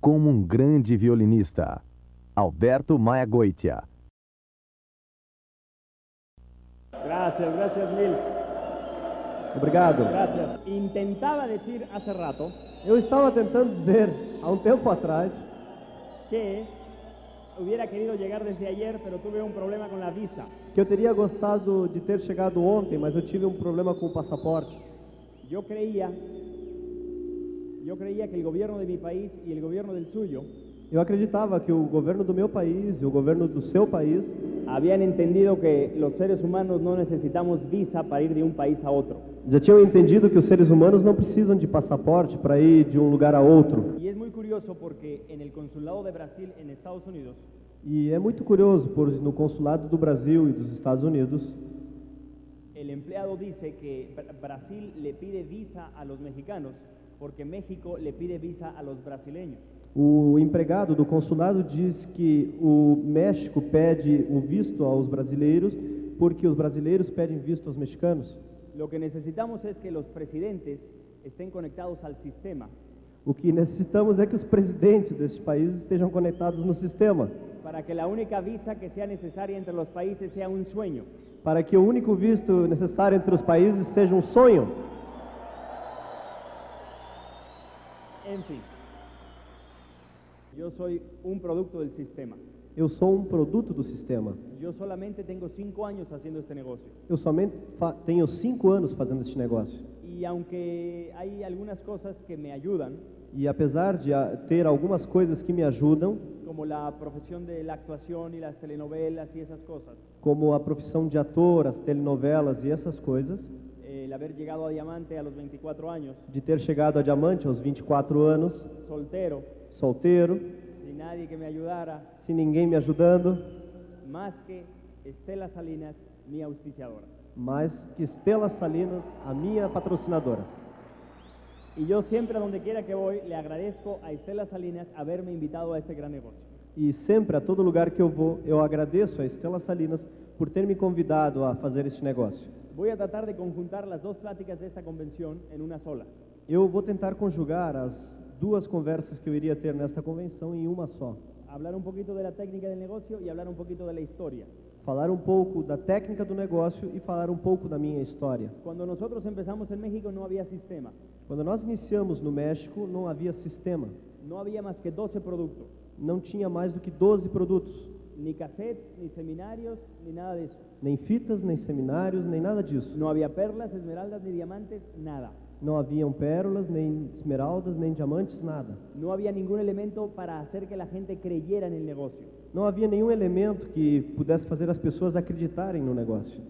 como um grande violinista. Alberto Maia Goitia. Gracias, gracias mil. Obrigado. Gracias. Intentaba decir hace rato Eu estava tentando dizer há um tempo atrás que hubiera querido llegar desde ayer, pero tuve un problema con la visa. que eu teria gostado de ter chegado ontem, mas eu tive um problema com o passaporte. Yo creía, yo creía que el gobierno de mi país y el gobierno del suyo Eu acreditava que o governo do meu país e o governo do seu país habían entendido que los seres humanos no necesitamos visa para ir de un país a otro. já tinham entendido que os seres humanos não precisam de passaporte para ir de um lugar a outro. Y es muy curioso porque en el consulado de Brasil en Estados Unidos E é muito curioso, pois no consulado do Brasil e dos Estados Unidos, El empleado dice que Bra- Brasil le pide visa a los mexicanos porque México le pide visa a los brasileños. o empregado do consulado diz que o México pede o visto aos brasileiros porque os brasileiros pedem visto aos mexicanos. Lo que necesitamos es que los presidentes estén conectados al sistema O que necessitamos é que os presidentes deste país estejam conectados no sistema, para que la única visa que sea necesaria entre los países sea un sueño. para que o único visto necessário entre os países seja um sonho. En fin, yo soy un producto del sistema. Eu sou um produto do sistema. Yo solamente tengo cinco años haciendo este negocio. Eu somente fa- tenho cinco anos fazendo este negócio. Y aunque hay algunas cosas que me ayudan, E apesar de ah, ter algumas coisas que me ajudam, como la profesión de la actuación y las telenovelas y esas cosas, como a profissão de ator, as telenovelas e essas coisas, el haber llegado a diamante a los 24 años, de ter chegado a diamante aos 24 anos, soltero, solteiro, sin nadie que me ayudara, sem ninguém me ajudando, más que Estela Salinas, mi auspiciadora. mas que Estela Salinas, a minha patrocinadora. Y yo siempre a donde quiera que voy le agradezco a Estela Salinas haberme invitado a este gran negocio. E sempre, a todo lugar que eu vou, eu agradeço a Estela Salinas por ter me convidado a fazer este negócio. Voy a tratar de conjuntar las dos pláticas de esta convención en una sola. Eu vou tentar conjugar as duas conversas que eu iria ter nesta convenção em uma só. Hablar un poquito de la técnica del negocio y hablar un poquito de la historia. Falar um pouco da técnica do negócio e falar um pouco da minha história. Cuando nosotros empezamos en México no había sistema, Quando nós iniciamos no México, não havia sistema. no había más que 12 productos, Não tinha mais do que 12 produtos, ni cassettes, ni seminarios, ni nada de eso. nem fitas, nem seminários, nem nada disso. No había perlas, esmeraldas ni diamantes, nada. Não haviam pérolas, nem esmeraldas, nem diamantes, nada. No había ningún elemento para hacer que la gente creyera en el negocio. Não havia nenhum elemento que pudesse fazer as pessoas acreditarem no negócio.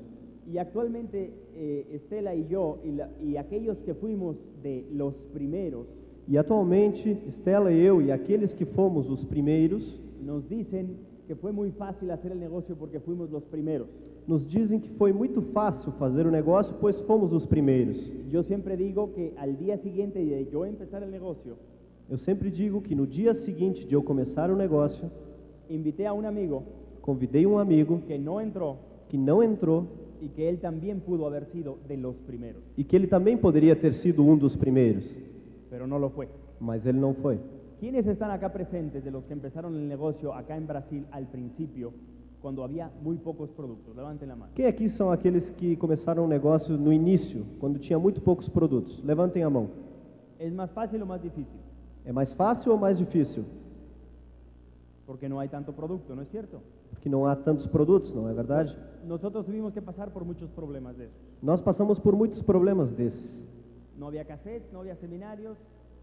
Y actualmente eh, Estela y yo y, la- y aquellos que fuimos de los primeros E atualmente, Estela e eu e aqueles que fomos os primeiros, nos dicen que fue muy fácil hacer el negocio porque fuimos los primeros. nos dizem que foi muito fácil fazer o negócio, pois fomos os primeiros. Yo siempre digo que al día siguiente de yo empezar el negocio, Eu sempre digo que no dia seguinte de eu começar o negócio, invité a un amigo convidei um amigo que no entró que não entrou y que él también pudo haber sido de los primeros, e que ele também poderia ter sido um dos primeiros, pero no lo fue. mas ele não foi. ¿Quiénes están acá presentes de los que empezaron el negocio acá en Brasil al principio, cuando había muy pocos productos? Levanten la mano. Quem aqui são aqueles que começaram o negócio no início, quando tinha muito poucos produtos? Levantem a mão. ¿Es más fácil o más difícil? É mais fácil ou mais difícil? Porque no hay tanto producto, ¿no es cierto? Porque não há tantos produtos, não é verdade? Nosotros tuvimos que pasar por muchos problemas de eso. Nós passamos por muitos problemas desses. No había cassettes, no había seminarios,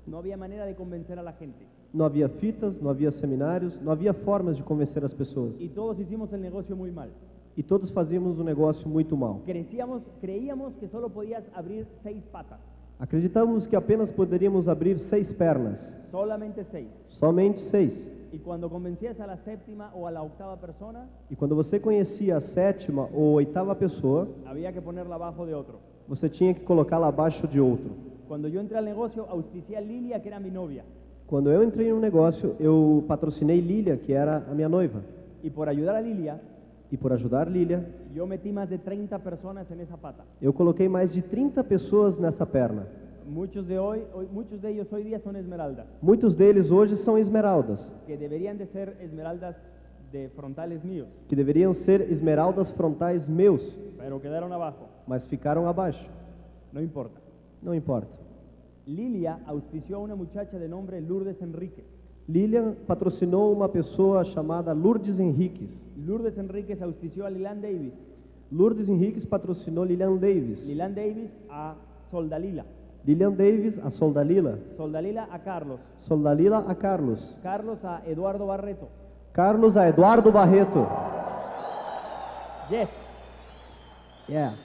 no había manera de convencer a la gente. Não havia fitas, não havia seminários, não havia formas de convencer as pessoas. Y todos hicimos el negocio muy mal. E todos fazíamos o negócio muito mal. Crecíamos, creíamos que solo podías abrir seis patas, Acreditamos que apenas poderíamos abrir seis pernas, solamente seis. somente seis. Y cuando convencías a la séptima o a la octava persona, E quando você conhecia a sétima ou oitava pessoa, había que ponerla abajo de otro. você tinha que colocá-la abaixo de outro. Cuando yo entré al negocio, auspicié a Lilia, que era mi novia, Quando eu entrei no negócio, eu patrocinei Lilia, que era a minha noiva. y por ayudar a Lilia, E por ajudar Lilia, yo metí más de 30 personas en esa pata. eu coloquei mais de 30 pessoas nessa perna. Muchos de, hoy, hoy- muchos de ellos hoy día son esmeraldas, Muitos deles hoje são esmeraldas, que deberían de ser esmeraldas de frontales míos, que deveriam ser esmeraldas frontais meus, pero quedaron abajo, mas ficaram abaixo. no importa. Não importa. Lilia auspició a una muchacha de nombre Lourdes Enríquez. Lilian patrocinou uma pessoa chamada Lourdes Henriques. Lourdes Enríquez auspició a Lilan Davis. Lourdes Henriques patrocinou Lilian Davis. Lilan Davis a Soldalila. Lilian Davis a Soldalila. Soldalila a Carlos. Soldalila a Carlos. Carlos a Eduardo Barreto. Carlos a Eduardo Barreto. Yes. Yeah.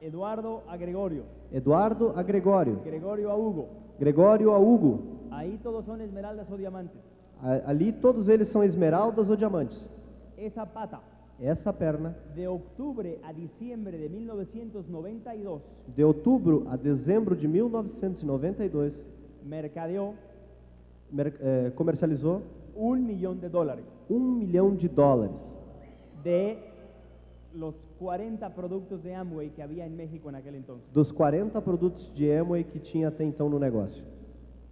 Eduardo a Gregorio. Eduardo a Gregório. Gregorio a Hugo. Gregório a Hugo. Ahí todos son esmeraldas o diamantes. A- ali todos eles são esmeraldas ou diamantes. Esa pata. Essa perna, De octubre a diciembre de 1992, de outubro a dezembro de 1992, mercadeó mer- eh, comercializou un millón de dólares um milhão de dólares de los 40 productos de Amway que había en México en aquel entonces. dos 40 produtos de Amway que tinha até então no negócio.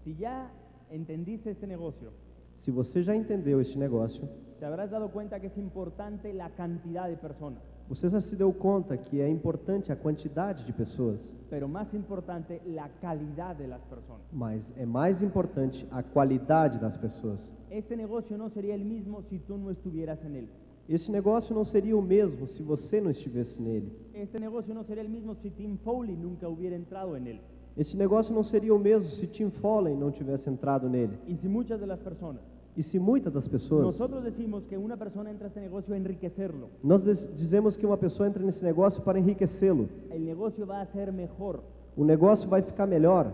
Si ya entendiste este negocio, Se você já entendeu este negócio, te habrás dado cuenta que es importante la cantidad de personas, você já se deu conta que é importante a quantidade de pessoas, pero más importante la calidad de las personas. mas é mais importante a qualidade das pessoas. Este negocio no sería el mismo si tú no estuvieras en él. Este negócio não seria o mesmo se você não estivesse nele. Este negocio no sería el mismo si Tim Foley nunca hubiera entrado en él. Este negócio não seria o mesmo se Tim Follen não tivesse entrado nele. Y si muchas de las personas. E se muitas das pessoas. Nosotros decimos que una persona entra a este negocio a enriquecerlo. Nós des- dizemos que uma pessoa entra nesse negócio para enriquecê-lo. El negocio va a ser mejor. O negócio vai ficar melhor.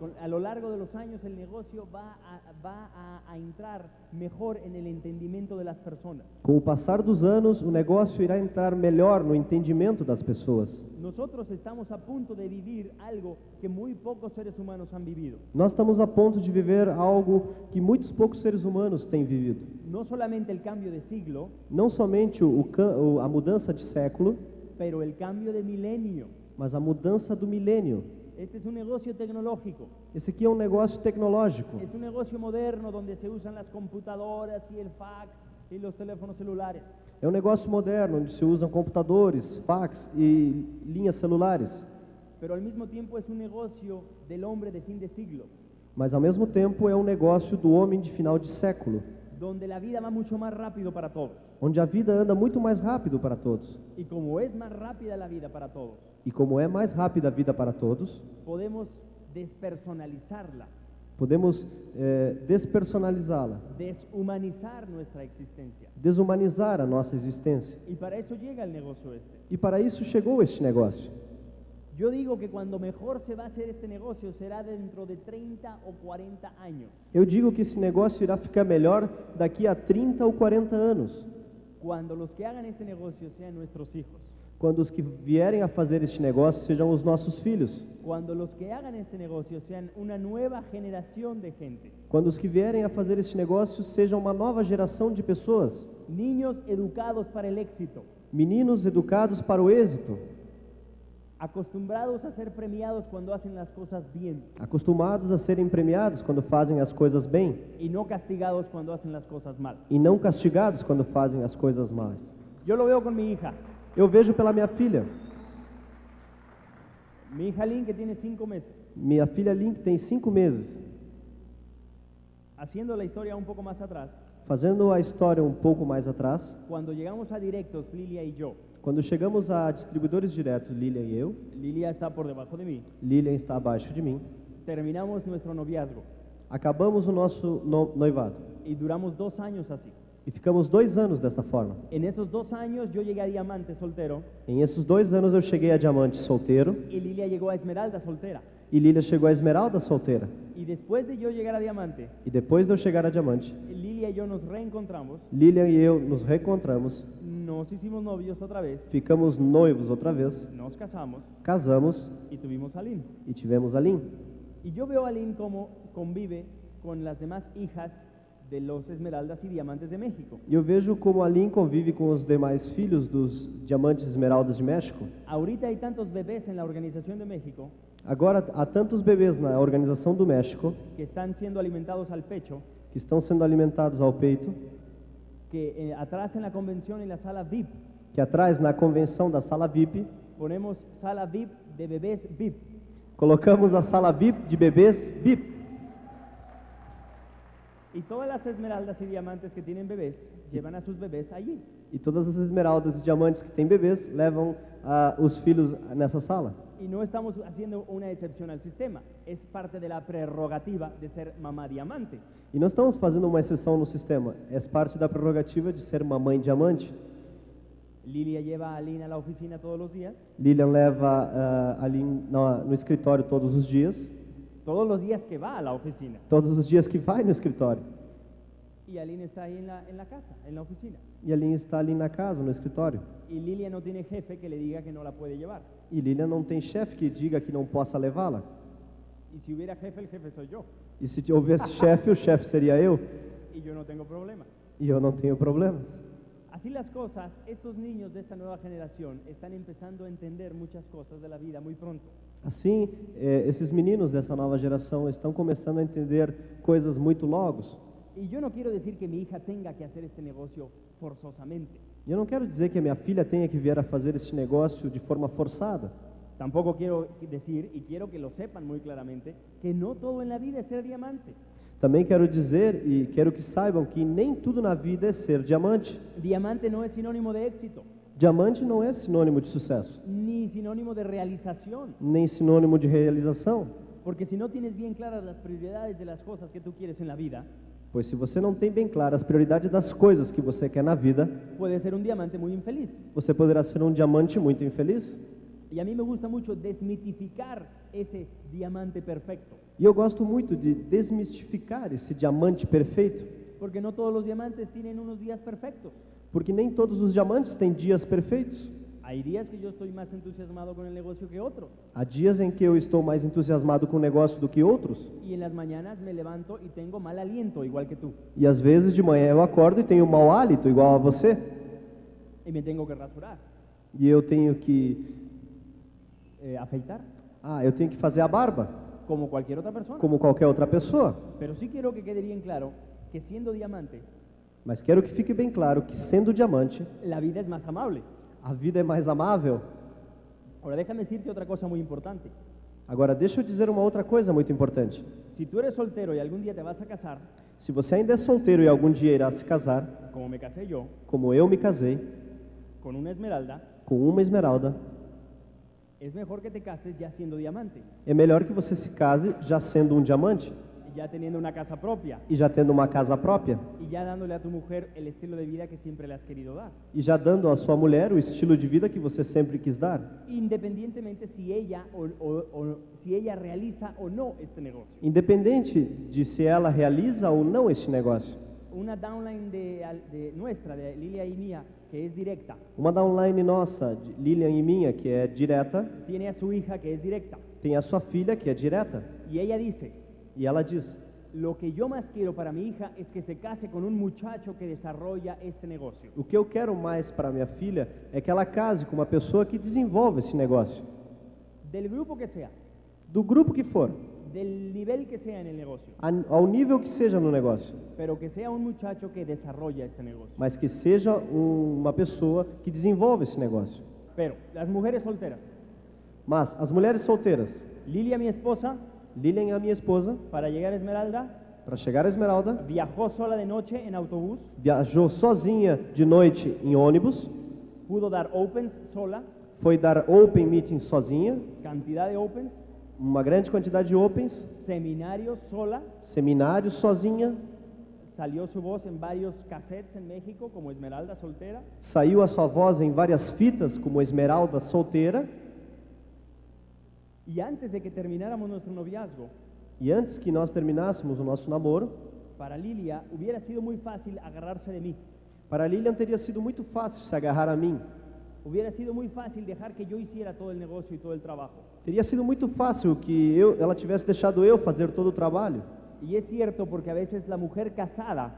Con- A lo largo de los años el negocio va, a, va a- a entrar mejor en el entendimiento de las personas. Com o passar dos anos, o negócio irá entrar melhor no entendimento das pessoas. Nosotros estamos a punto de vivir algo que muy pocos seres humanos han vivido. Nós estamos a ponto de viver algo que muitos poucos seres humanos têm vivido. No solamente el cambio de siglo, Não somente o ca- o- a mudança de século, pero el cambio de milenio. mas a mudança do milênio. Este es un negocio tecnológico, Esse aqui é um negócio tecnológico. es un negocio moderno donde se usan las computadoras y el fax y los teléfonos celulares. É um negócio moderno, onde se usam computadores, fax e linhas celulares. Pero al mismo tiempo es un negocio del hombre de fin de siglo, Mas ao mesmo tempo é um negócio do homem de final de século, donde la vida va mucho más rápido para todos. onde a vida anda muito mais rápido para todos. Y como es más rápida la vida para todos, E como é mais rápida a vida para todos, podemos despersonalizarla, podemos eh, despersonalizá-la, deshumanizar nuestra existencia. desumanizar a nossa existência. Y para eso llega el negocio este. E para isso chegou este negócio. Yo digo que cuando mejor se va a hacer este negocio será dentro de 30 o 40 años, Eu digo que esse negócio irá ficar melhor daqui a 30 ou 40 anos, cuando los que hagan este negocio sean nuestros hijos, quando os que vierem a fazer este negócio sejam os nossos filhos, cuando los que hagan este negocio sean una nueva generación de gente, quando os que vierem a fazer este negócio sejam uma nova geração de pessoas, niños educados para el éxito, meninos educados para o êxito, acostumbrados a ser premiados cuando hacen las cosas bien acostumados a serem premiados quando fazem as coisas bem y no castigados cuando hacen las cosas mal. e não castigados quando fazem as coisas más. Yo lo veo con mi hija, Eu vejo pela minha filha, mi hija Lynn que tiene 5 meses, minha filha Link tem cinco meses, haciendo la historia un poco mais atrás. fazendo a história um pouco mais atrás, Cuando llegamos a directos, Lilia y yo, quando chegamos a distribuidores diretos, Lilian e eu, Lilia está por debajo de mí, Lilian está abaixo de mim, terminamos nuestro noviazgo acabamos o nosso no- noivado y duramos dos años así. e ficamos dois anos dessa forma. En esos dos años yo llegué a diamante soltero Em esses dois anos eu cheguei a diamante solteiro y Lilia llegó a esmeralda soltera. e Lilian chegou a esmeralda solteira. Y después de yo llegar a diamante, E depois de eu chegar a diamante, Lilia y yo nos reencontramos, Lilian e eu nos reencontramos nos hicimos novios otra vez, Ficamos noivos outra vez, nos casamos casamos y tuvimos a Lynn. e tivemos a Lin. Y yo veo a Lynn como convive con las demás hijas de los esmeraldas y diamantes de México. E eu vejo como a Lin convive com os demais filhos dos diamantes e esmeraldas de México. Ahorita hay tantos bebés en la organización de México Agora há tantos bebês na Organização do México que están siendo alimentados al pecho que estão sendo alimentados ao peito, que eh, atrás en la convención en la sala VIP que atrás na convenção da sala VIP ponemos sala VIP de bebés VIP. colocamos a sala VIP de bebês VIP Y todas las esmeraldas y diamantes que tienen bebés llevan a sus bebés allí. e todas as esmeraldas e diamantes que têm bebês levam ah, os filhos nessa sala. Y no estamos haciendo una excepción al sistema. Es parte de la prerrogativa de ser mamá diamante. E não estamos fazendo uma exceção no sistema, é parte da prerrogativa de ser mamãe diamante. Lilia lleva a Lina a la oficina todos los días. Lilian leva ah, ali na- no escritório todos os dias, Todos los días que va a la oficina. todos os dias que vai no escritório. Y Aline está ahí en la, en la casa, en la oficina. E a Lilian está ali na casa, no escritório. Y Lilia no tiene jefe que le diga que no la puede llevar. E Lilian não tem chefe que diga que não possa levá-la. Y si hubiera jefe, el jefe soy yo. E se houvesse chefe, o chefe seria eu, Y yo no tengo problema. e eu não tenho problemas. Así las cosas, estos niños de esta nueva generación están empezando a entender muchas cosas de la vida muy pronto. Assim, eh, esses meninos dessa nova geração estão começando a entender coisas muito logo. Y yo no quiero decir que mi hija tenga que hacer este negocio forzosamente. E eu não quero dizer que a minha filha tenha que vir a fazer este negócio de forma forçada. Tampoco quiero decir, y quiero que lo sepan muy claramente, que no todo en la vida es ser diamante. Também quero dizer e quero que saibam que nem tudo na vida é ser diamante. Diamante no es sinónimo de éxito, Diamante não é sinônimo de sucesso, ni sinónimo de realización. nem sinônimo de realização. Porque si no tienes bien claras las prioridades de las cosas que tú quieres en la vida, Pois se você não tem bem claras as prioridades das coisas que você quer na vida, puedes ser un diamante muy infeliz. você poderá ser um diamante muito infeliz. Y a mí me gusta mucho desmitificar esse diamante perfecto. E eu gosto muito de desmistificar esse diamante perfeito, Porque no todos los diamantes tienen unos días perfectos. porque nem todos os diamantes têm dias perfeitos. Hay días que yo estoy más entusiasmado con el negocio que otros. Há dias em que eu estou mais entusiasmado com o negócio do que outros, Y en las mañanas me levanto y tengo mal aliento, igual que tú. e às vezes de manhã eu acordo e tenho um mau hálito igual a você, Y me tengo que rasurar, e eu tenho que eh, afeitar, ah, eu tenho que fazer a barba como cualquier otra persona. como qualquer outra pessoa. Pero sí quiero que quede bien claro que siendo diamante, Mas quero que fique bem claro que sendo diamante, la vida es más amable. a vida é mais amável. Ahora déjame decirte otra cosa muy importante. Agora deixa eu dizer uma outra coisa muito importante. Si tú eres soltero y algún día te vas a casar, Se você ainda é solteiro e algum dia irá se casar, como me casé yo, como eu me casei, con una esmeralda, com uma esmeralda, es mejor que te cases ya siendo diamante, é melhor que você se case já sendo um diamante y ya teniendo una casa propia, e já tendo uma casa própria y ya dándole a tu mujer el estilo de vida que siempre le has querido dar. e já dando à sua mulher o estilo de vida que você sempre quis dar, Independientemente si ella, o, o- o- si ella realiza o no este negocio. independente de se ela realiza ou não este negócio. Una downline de, al- de nuestra, de Lilia y mía, que es directa, Uma downline nossa, de Lilian e minha, que é direta, tiene a su hija que es directa, tem a sua filha que é direta y ella dice, e ela diz: lo que yo más quiero para mi hija es que se case con un muchacho que desarrolla este negocio. "O que eu quero mais para minha filha é que ela case com uma pessoa que desenvolve esse negócio, Del grupo que sea, do grupo que for, del nivel que sea en el negocio, a- ao nível que seja no negócio." pero que sea un muchacho que desarrolla este negocio. mas que seja um- uma pessoa que desenvolva esse negócio. Pero las mujeres solteras, Mas as mulheres solteiras, Lilia, mi esposa, Lilian, a minha esposa, para llegar a Esmeralda, para chegar à Esmeralda, viajó sola de noche en autobús, viajou sozinha de noite em ônibus, pudo dar opens sola, foi dar open meeting sozinha, cantidad de opens, uma grande quantidade de opens, seminario sola, seminários sozinha, salió su voz en varios cassettes en México como Esmeralda soltera, saiu a sua voz em várias fitas como Esmeralda solteira, y antes de que termináramos nuestro noviazgo, e antes que nós terminássemos o nosso namoro, para Lilia hubiera sido muy fácil agarrarse de mí, para Lilian teria sido muito fácil se agarrar a mim. hubiera sido muy fácil dejar que yo hiciera todo el negocio y todo el trabajo. Teria sido muito fácil que eu, ela tivesse deixado eu fazer todo o trabalho. Y es cierto porque a veces la mujer casada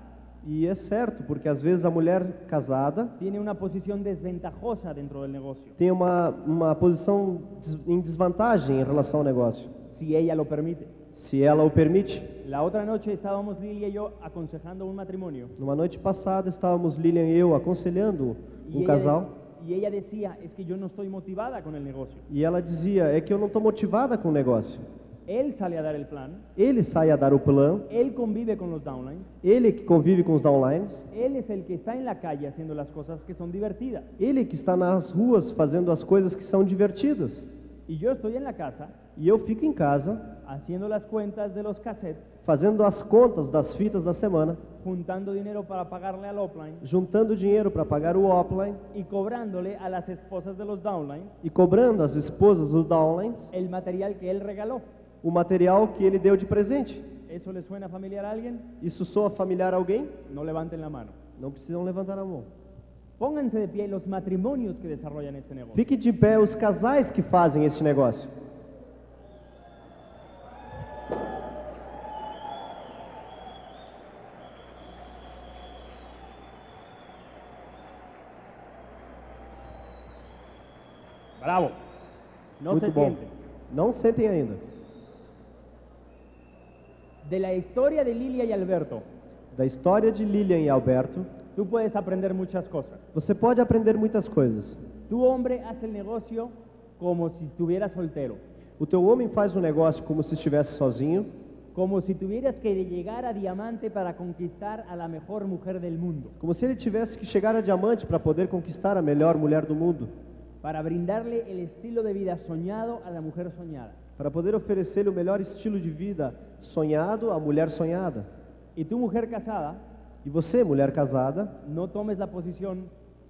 E é certo, porque às vezes a mulher casada tiene una posición desventajosa dentro del negocio, tem uma, uma posição des- em desvantagem em relação ao negócio, si ella lo permite. se ela o permite. La otra noche estábamos Lilia y yo aconsejando un matrimonio. Numa noite passada estávamos Lilian e eu aconselhando Y um ella casal des- y ella decía, es que yo no estoy motivada con el negocio. e ela dizia: é que eu não estou motivada com o negócio. Él sale a dar el plan, Ele sai a dar o plano, él convive con los downlines, ele que convive com os downlines, él es el que está en la calle haciendo las cosas que son divertidas. ele que está nas ruas fazendo as coisas que são divertidas. Y yo estoy en la casa E eu fico em casa haciendo las cuentas de los cassettes, fazendo as contas das fitas da semana, juntando dinero para pagarle al offline juntando dinheiro para pagar o offline y cobrándole a las esposas de los downlines e cobrando às esposas dos downlines el material que él regaló. o material que ele deu de presente. ¿Eso le suena familiar a alguien? Isso soa familiar a alguém? No levanten la mano. Não precisam levantar a mão. Pónganse de pie los matrimonios que desarrollan este negocio. Fique de pé os casais que fazem este negócio. Bravo. No Muito se bom. sienten. Não sentem ainda. De la historia de Lilia y Alberto, Da história de Lilian e Alberto, tú puedes aprender muchas cosas. você pode aprender muitas coisas. Tu hombre hace el negocio como si estuviera soltero, O teu homem faz um negócio como se estivesse sozinho, como si tuvieras que llegar a diamante para conquistar a la mejor mujer del mundo, como se ele tivesse que chegar a diamante para poder conquistar a melhor mulher do mundo, para brindarle el estilo de vida soñado a la mujer soñada. para poder oferecer o melhor estilo de vida sonhado à mulher sonhada. Y tu mujer casada, E você, mulher casada, no tomes la posición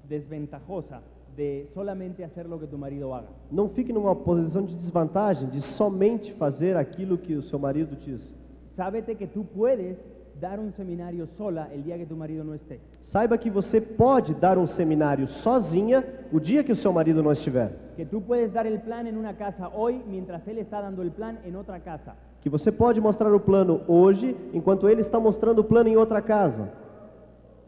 desventajosa de solamente hacer lo que tu marido haga. não fique numa posição de desvantagem de somente fazer aquilo que o seu marido diz. Sábete que tú puedes dar un seminario sola el día que tu marido no esté. Saiba que você pode dar um seminário sozinha o dia que o seu marido não estiver. Que tú puedes dar el plan en una casa hoy mientras él está dando el plan en otra casa. Que você pode mostrar o plano hoje, enquanto ele está mostrando o plano em outra casa.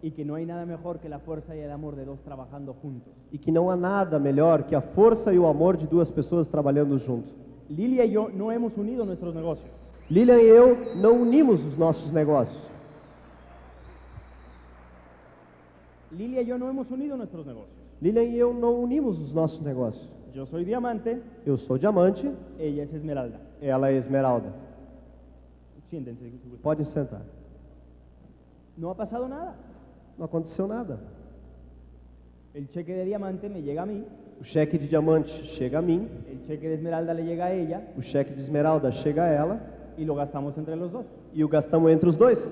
Y que no hay nada mejor que la fuerza y el amor de dos trabajando juntos. E que não há nada melhor que a força e o amor de duas pessoas trabalhando junto. Lilia y yo no hemos unido nuestros negocios. Lilian e eu não unimos os nossos negócios. Lilia y yo no hemos unido nuestros negocios. Lilian e eu não unimos os nossos negócios. Yo soy diamante, Eu sou diamante, ella es esmeralda. ela é esmeralda. Siéntense. si gustan. Pode sentar. No ha pasado nada. Não aconteceu nada. El cheque de diamante me llega a mí, O cheque de diamante chega a mim, el cheque de esmeralda le llega a ella o cheque de esmeralda chega a ela y lo gastamos entre los dos. e o gastamos entre os dois.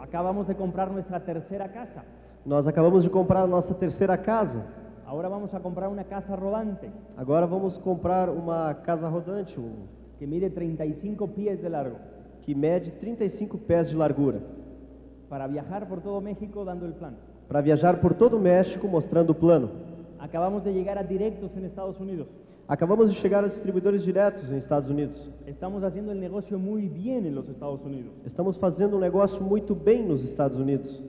Acabamos de comprar nuestra tercera casa. Nós acabamos de comprar a nossa terceira casa. Ahora vamos a comprar una casa rodante Agora vamos comprar uma casa rodante um- que mide 35 pies de largo que mede 35 pés de largura para viajar por todo México dando el plan. para viajar por todo o México mostrando o plano. Acabamos de llegar a directos en Estados Unidos. Acabamos de chegar a distribuidores diretos nos Estados Unidos. Estamos haciendo el negocio muy bien en los Estados Unidos. Estamos fazendo um negócio muito bem nos Estados Unidos,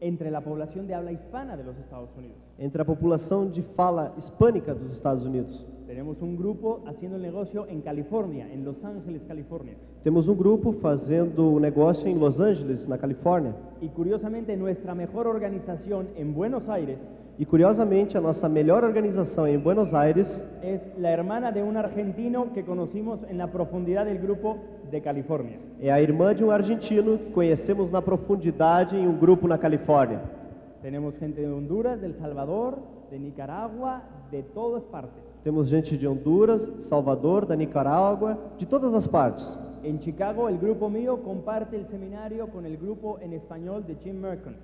Entre la población de habla hispana de los Estados Unidos. entre a população de fala hispânica dos Estados Unidos. Tenemos un grupo haciendo el negocio en California, en Los Ángeles, California. Temos um grupo fazendo o negócio em Los Angeles, na Califórnia. Y curiosamente nuestra mejor organización en Buenos Aires E curiosamente, a nossa melhor organização em Buenos Aires es la hermana de un argentino que conocimos en la profundidad del grupo de California. é a irmã de um argentino que conhecemos na profundidade em um grupo na Califórnia. Tenemos gente de Honduras, del Salvador, de Nicaragua, de todas partes. Temos gente de Honduras, de Salvador, da Nicarágua, de todas as partes. En Chicago, el grupo mío comparte el seminario con el grupo en español de Jim Merkin.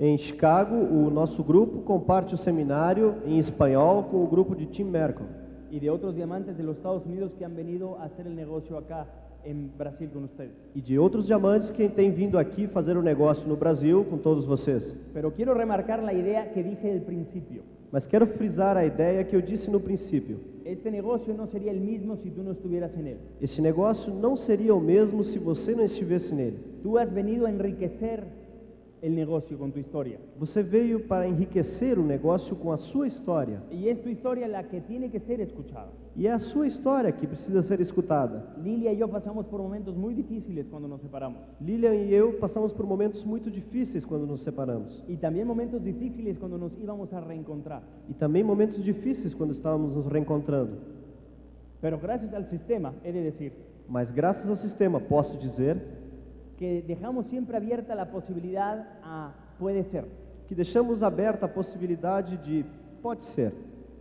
Em Chicago, o nosso grupo comparte o seminário em espanhol com o grupo de Tim Merkel y de otros diamantes de los Estados Unidos que han venido a hacer el negocio acá en Brasil con ustedes. e de outros diamantes que têm vindo aqui fazer o negócio no Brasil com todos vocês. Pero quiero remarcar la idea que dije al principio. Mas quero frisar a ideia que eu disse no princípio. Este negocio no sería el mismo si tú no estuvieras en él. Este negócio não seria o mesmo se você não estivesse nele. Tú has venido a enriquecer el negocio, con tu historia. Você veio para enriquecer o negócio com a sua história. Y es tu historia la que tiene que ser escuchada. E é a sua história que precisa ser escutada. Lilia y yo pasamos por momentos muy difíciles cuando nos separamos. Lilian e eu passamos por momentos muito difíceis quando nos separamos. Y también momentos difíciles cuando nos íbamos a reencontrar. E também momentos difíceis quando estávamos nos reencontrando. Pero gracias al sistema, he de decir, Mas graças ao sistema, posso dizer que dejamos siempre abierta la posibilidad a puede ser. que deixamos aberta a possibilidade de pode ser.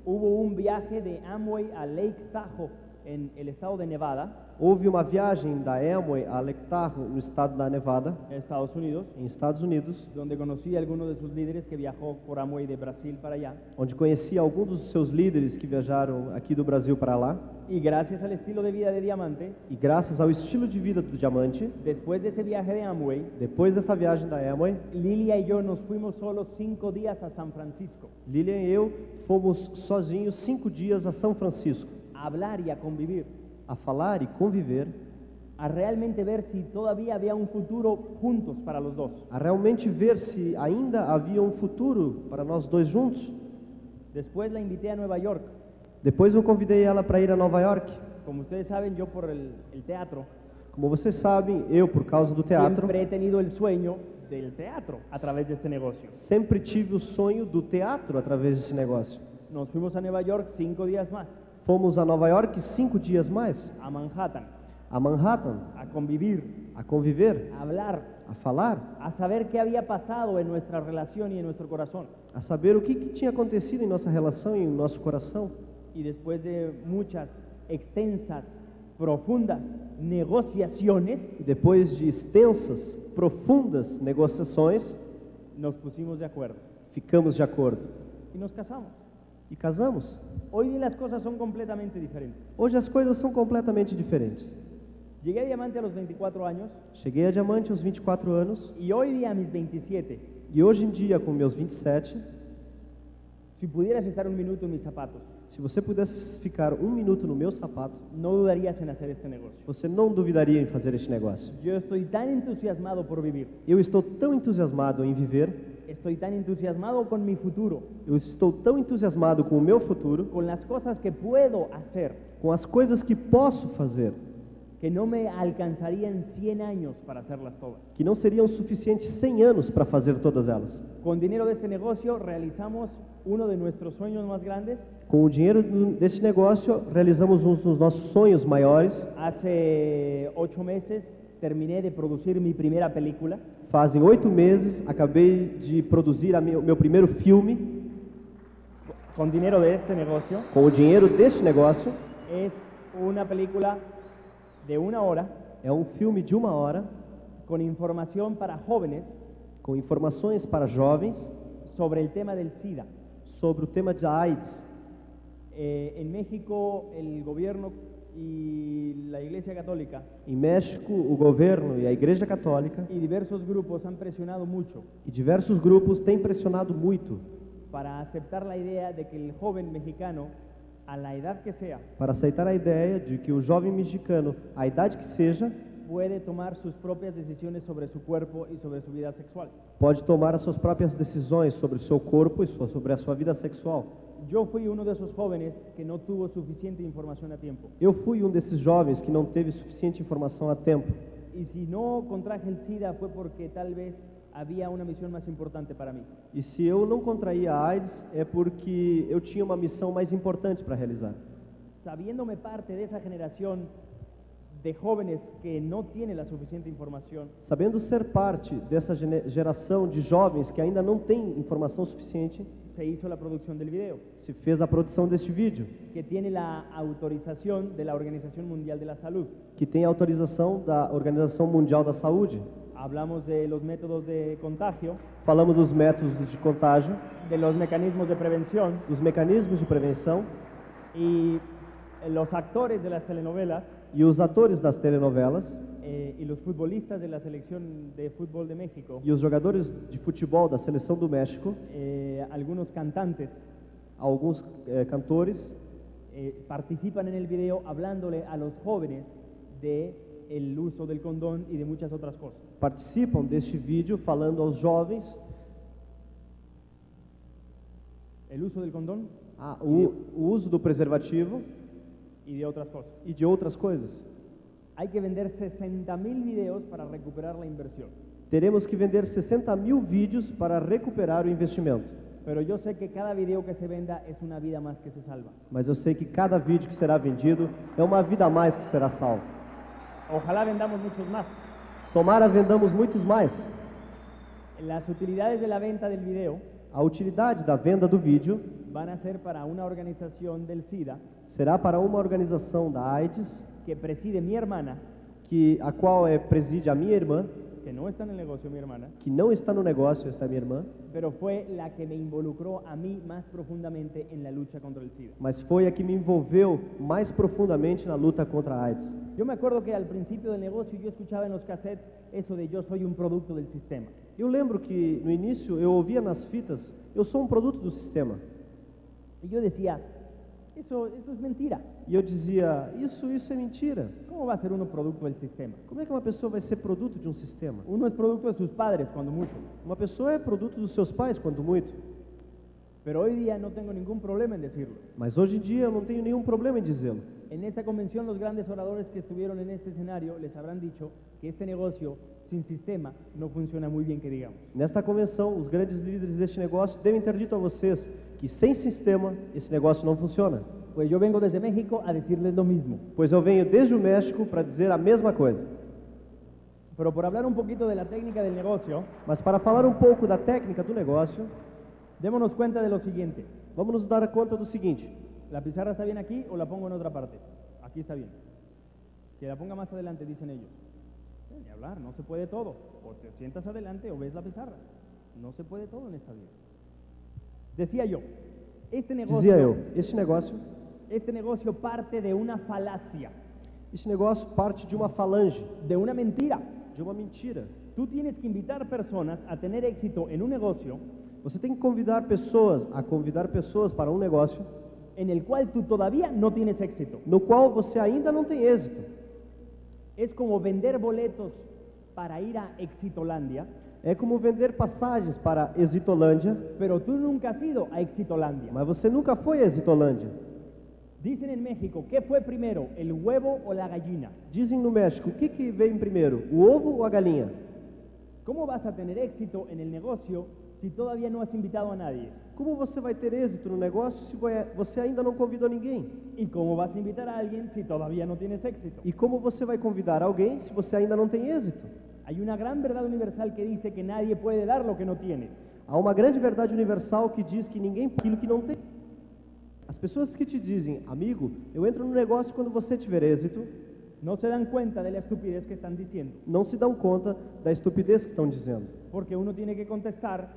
Hubo un viaje de Amway a Lake Tahoe en el estado de Nevada, Houve uma viagem da Amway a Lectarro, no estado da Nevada, en Estados Unidos, em Estados Unidos, donde conocí a alguno de sus líderes que viajó por Amway de Brasil para allá. onde conheci alguns dos seus líderes que viajaram aqui do Brasil para lá. Y gracias al estilo de vida de Diamante, E graças ao estilo de vida do Diamante, después de ese viaje de Amway, depois dessa viagem da Amway, Lilia y yo nos fuimos solo cinco días a San Francisco Lilian e eu fomos sozinhos cinco dias a São Francisco, a hablar y a convivir, a falar e conviver, a realmente ver si todavía había un futuro juntos para los dos. a realmente ver se ainda havia um futuro para nós dois juntos. Después la invité a Nueva York. Depois eu convidei ela para ir a Nova York. Como ustedes saben, yo por el, el teatro, Como vocês sabem, eu, por causa do teatro, siempre he tenido el sueño del teatro a través de este negocio. sempre tive o sonho do teatro através desse negócio. Nos fuimos a Nueva York cinco días más, Fomos a Nova York cinco dias mais, a Manhattan, a Manhattan, a convivir, a conviver, a hablar, a falar, a saber qué había pasado en nuestra relación y en nuestro corazón. a saber o que, que tinha acontecido em nossa relação e em nosso coração. Y después de muchas extensas, profundas negociaciones, E depois de extensas, profundas negociações, nos pusimos de acuerdo ficamos de acordo y nos casamos. e casamos. Hoy día las cosas son completamente diferentes. Hoje as coisas são completamente diferentes. Llegué a Diamante a los 24 años Cheguei a diamante aos 24 anos y hoy día a mis 27, e hoje em dia, com meus 27, si pudieras estar un minuto en mis zapatos, se você pudesse ficar um minuto no meu sapato, no dudarías en hacer este negocio. você não duvidaria em fazer este negócio. Yo estoy tan entusiasmado por vivir, Eu estou tão entusiasmado em viver, estoy tan entusiasmado con mi futuro, eu estou tão entusiasmado com o meu futuro, con las cosas que puedo hacer, com as coisas que posso fazer, que no me alcanzarían 100 años para hacerlas todas. que não seriam suficientes 100 anos para fazer todas elas. Con dinero de este negocio realizamos uno de nuestros sueños más grandes. Com o dinheiro do- deste negócio, realizamos um dos nossos sonhos maiores. Hace ocho meses terminé de producir mi primera película. Fazem oito meses, acabei de produzir o meu, meu primeiro filme con dinero de este negocio. com o dinheiro deste negócio. Es una película de una hora É um filme de uma hora, con información para jóvenes com informações para jovens sobre el tema del SIDA. sobre o tema da AIDS. Eh, en México, el gobierno y la Iglesia Católica Em México, o governo e a Igreja Católica y diversos grupos han presionado mucho e diversos grupos têm pressionado muito para aceptar la idea de que el joven mexicano, a la edad que sea, para aceitar a ideia de que o jovem mexicano, à idade que seja, puede tomar sus propias decisiones sobre su cuerpo y sobre su vida sexual. pode tomar as suas próprias decisões sobre o seu corpo e sua- sobre a sua vida sexual. Yo fui uno de esos jóvenes que no tuvo suficiente información a tiempo. Eu fui um desses jovens que não teve suficiente informação a tempo. Y si no contraje el SIDA fue porque tal vez había una misión más importante para mí. E se eu não contraí a AIDS, é porque eu tinha uma missão mais importante para realizar. Sabiéndome parte de esa generación de jóvenes que no tiene la suficiente información, Sabendo ser parte dessa gene- geração de jovens que ainda não tem informação suficiente, se hizo la producción del video, se fez a produção deste vídeo, que tiene la autorización de la Organização Mundial de la Salud. que tem autorização da Organização Mundial da Saúde. Hablamos de los métodos de contagio, Falamos dos métodos de contágio, de los mecanismos de prevención dos mecanismos de prevenção y los actores de las telenovelas e os atores das telenovelas eh, y los futbolistas de la selección de fútbol de México, e os jogadores de futebol da Seleção do México, eh, algunos cantantes alguns eh, cantores, eh, participan en el video hablándole a los jóvenes de el uso del condón y de muchas otras cosas. participam deste vídeo falando aos jovens el uso del condón ah, o, o uso do preservativo y de otras cosas. e de outras coisas. Hay que vender 60 mil videos para recuperar la inversión. Teremos que vender 60 mil vídeos para recuperar o investimento. Pero yo sé que cada video que se venda es una vida más que se salva. Mas eu sei que cada vídeo que será vendido é uma vida a mais que será salva. Ojalá vendamos muchos más. Tomara vendamos muitos mais. Las utilidades de la venta del video A utilidade da venda do vídeo van a ser para una organización del SIDA será para uma organização da AIDS, que preside mi hermana, que a qual é preside a minha irmã, que no está en el negocio mi hermana, que não está no negócio, está minha irmã, pero fue la que me involucró a mí más profundamente en la lucha contra el SIDA. mas foi a que me envolveu mais profundamente na luta contra a AIDS. Yo me acuerdo que al principio del negocio yo escuchaba en los cassettes eso de yo soy un producto del sistema. Eu lembro que no início eu ouvia nas fitas, eu sou um produto do sistema. Y yo decía, eso, eso es mentira. E eu dizia, isso, isso é mentira. ¿Cómo va a ser uno producto del sistema? Como é que uma pessoa vai ser produto de um sistema? Uno es producto de sus padres, cuando mucho. Uma pessoa é produto dos seus pais, quando muito. Pero hoy día no tengo ningún problema en decirlo. Mas hoje em dia eu não tenho nenhum problema em dizê-lo. En esta convención los grandes oradores que estuvieron en este escenario les habrán dicho que este negocio sin sistema no funciona muy bien, que digamos. Nesta convenção, os grandes líderes deste negócio devem ter dito a vocês que sem sistema esse negócio não funciona. Pues yo vengo desde México a decirles lo mismo. Pois eu venho desde o México para dizer a mesma coisa. Pero por hablar un poquito de la técnica del negocio, Mas para falar um pouco da técnica do negócio, démonos cuenta de lo siguiente. vamos nos dar conta do seguinte: ¿La pizarra está bien aquí o la pongo en otra parte? Aquí está bien. Que la ponga más adelante, dicen ellos. Eh, Ni hablar, no se puede todo. O te sientas adelante o ves la pizarra. No se puede todo en esta vida. Decía yo, este negocio, dizia eu, este negócio, este negocio parte de una falacia, este negócio parte de uma falange, de una mentira. de uma mentira. Tú tienes que invitar personas a tener éxito en un negocio Você tem que convidar pessoas a convidar pessoas para um negócio en el cual tú todavía no tienes éxito. no qual você ainda não tem êxito. Es como vender boletos para ir a Exitolandia É como vender passagens para Exitolândia Pero tú nunca has ido a Exitolandia. Mas você nunca foi a Exitolândia. Dicen en México, ¿qué fue primero, el huevo o la gallina? Dizem no México, o que, que vem primeiro, o ovo ou a galinha? ¿Cómo vas a tener éxito en el negocio si todavía no has invitado a nadie? Como você vai ter êxito no negócio se vai- você ainda não convidou ninguém? ¿Y cómo vas a invitar a alguien si todavía no tienes éxito? E como você vai convidar alguém se você ainda não tem êxito? Hay una gran verdad universal que dice que nadie puede dar lo que no tiene. Há uma grande verdade universal que diz que ninguém aquilo que não tem. As pessoas que te dizem, amigo, eu entro no negócio quando você tiver êxito, No se dan cuenta de la estupidez que están diciendo, não se dão conta da estupidez que estão dizendo. porque uno tiene que contestar,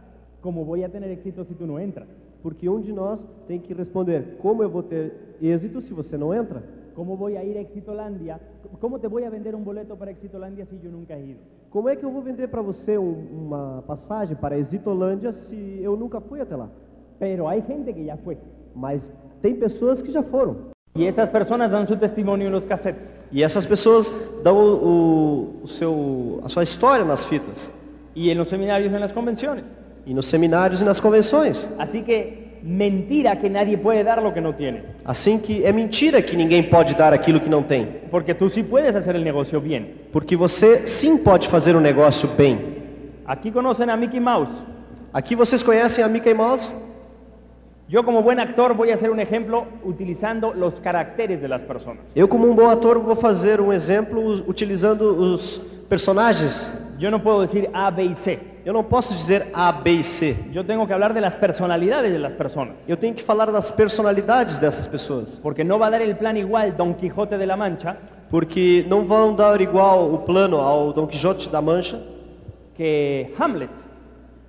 ¿cómo voy a tener éxito si tú no entras? Porque um de nós tem que responder, como eu vou ter êxito se você não entra? ¿Cómo voy a ir a Exitolandia? ¿Cómo te voy a vender un boleto para Exitolandia si yo nunca he ido? Como é que eu vou vender para você um- uma passagem para Exitolândia se eu nunca fui até lá? Pero hay gente que ya fue. Mas tem pessoas que já foram. Y esas personas dan su testimonio en los cassettes. E essas pessoas dão o, o- o seu, a sua história nas fitas, Y en los seminarios, en las convenciones. e nos seminários e nas convenções. Así que mentira que nadie puede dar lo que no tiene. Assim que é mentira que ninguém pode dar aquilo que não tem, Porque tú sí puedes hacer el negocio bien. porque você sim pode fazer um negócio bem. Aquí conocen a Mickey Mouse. Aqui vocês conhecem a Mickey Mouse? Yo como buen actor voy a hacer un ejemplo utilizando los caracteres de las personas. Eu, como um bom ator, vou fazer um exemplo us- utilizando os personagens. Yo no puedo decir A, B y C. Eu não posso dizer A, B e C. Yo tengo que hablar de las personalidades de las personas. Eu tenho que falar das personalidades dessas pessoas, Porque no va a dar el plan igual Don Quijote de la Mancha porque não vão dar igual o plano ao Dom Quixote da Mancha, que Hamlet,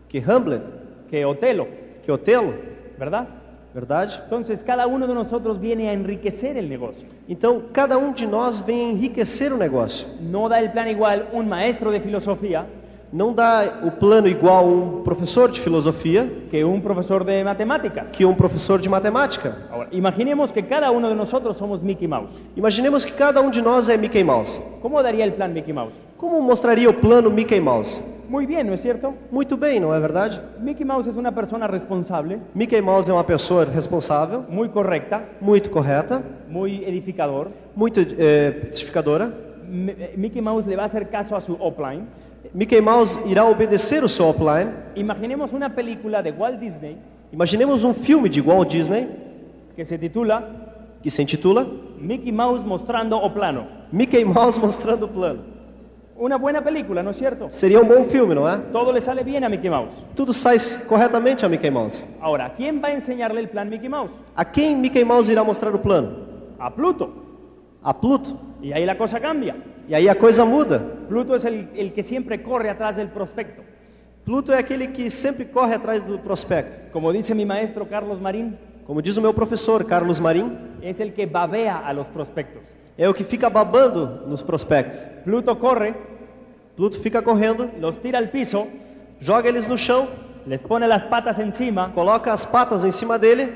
que Hamlet, que Otelo, que Otelo, ¿verdad? verdade? Entonces, cada uno de nosotros viene a enriquecer el negocio. Então, cada um de nós vem enriquecer o negócio. No da el plan igual un maestro de filosofía não dá o plano igual um professor de filosofia que un profesor de matemáticas. que um professor de matemática. Ahora, imaginemos que cada uno de nosotros somos Mickey Mouse. Imaginemos que cada um de nós é Mickey Mouse. ¿Cómo daría el plan Mickey Mouse? Como mostraria o plano Mickey Mouse? Muy bien, ¿no es cierto? Muito bem, não é verdade? Mickey Mouse es una persona responsable, Mickey Mouse é uma pessoa responsável, muy correcta, muito correta, muy edificador. muito eh, edificadora. M- eh, Mickey Mouse le va a hacer caso a su offline. Mickey Mouse irá obedecer o seu offline. Imaginemos una película de Walt Disney Imaginemos um filme de Walt Disney que se titula que se intitula Mickey Mouse mostrando o plano. Mickey Mouse mostrando o plano. Una buena película, ¿no es cierto? Seria um bom filme, não é? Todo le sale bien a Mickey Mouse. Tudo sai corretamente a Mickey Mouse. Ahora, ¿quién va a enseñarle el plan Mickey Mouse? A quem Mickey Mouse irá mostrar o plano? A Pluto. A Pluto. Y ahí la cosa cambia. E aí a coisa muda. Pluto es el, el que siempre corre atrás del prospecto. Pluto é aquele que sempre corre atrás do prospecto. Como dice mi maestro Carlos Marín, Como diz o meu professor Carlos Marim, es el que babea a los prospectos. é o que fica babando nos prospectos. Pluto corre, Pluto fica correndo, los tira al piso, joga eles no chão, les pone las patas encima coloca as patas em cima dele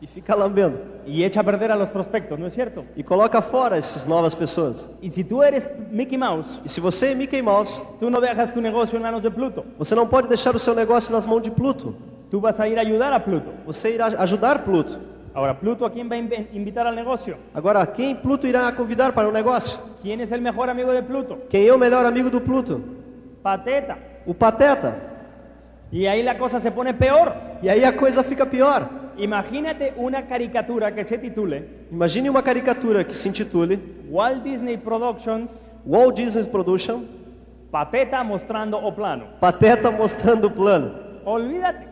e fica lambendo. y echa a perder a los prospectos, ¿no es cierto? E coloca fora essas novas pessoas. Y si tú eres Mickey Mouse, E se você é Mickey Mouse, tú no dejas tu negocio en manos de Pluto. você não pode deixar o seu negócio nas mãos de Pluto. Tú vas a ir a ayudar a Pluto. Você irá ajudar Pluto. Ahora, Pluto, ¿a quién va a inv- invitar al negocio? Agora, quem Pluto irá convidar para o negócio? ¿Quién es el mejor amigo de Pluto? Quem é o melhor amigo do Pluto? Pateta. O Pateta. Y ahí la cosa se pone peor. E aí a coisa fica pior. Imagínate una caricatura que se titule Imagine uma caricatura que se intitule Walt Disney Productions Walt Disney Production Pateta mostrando o plano. Pateta mostrando o plano. Olvídate.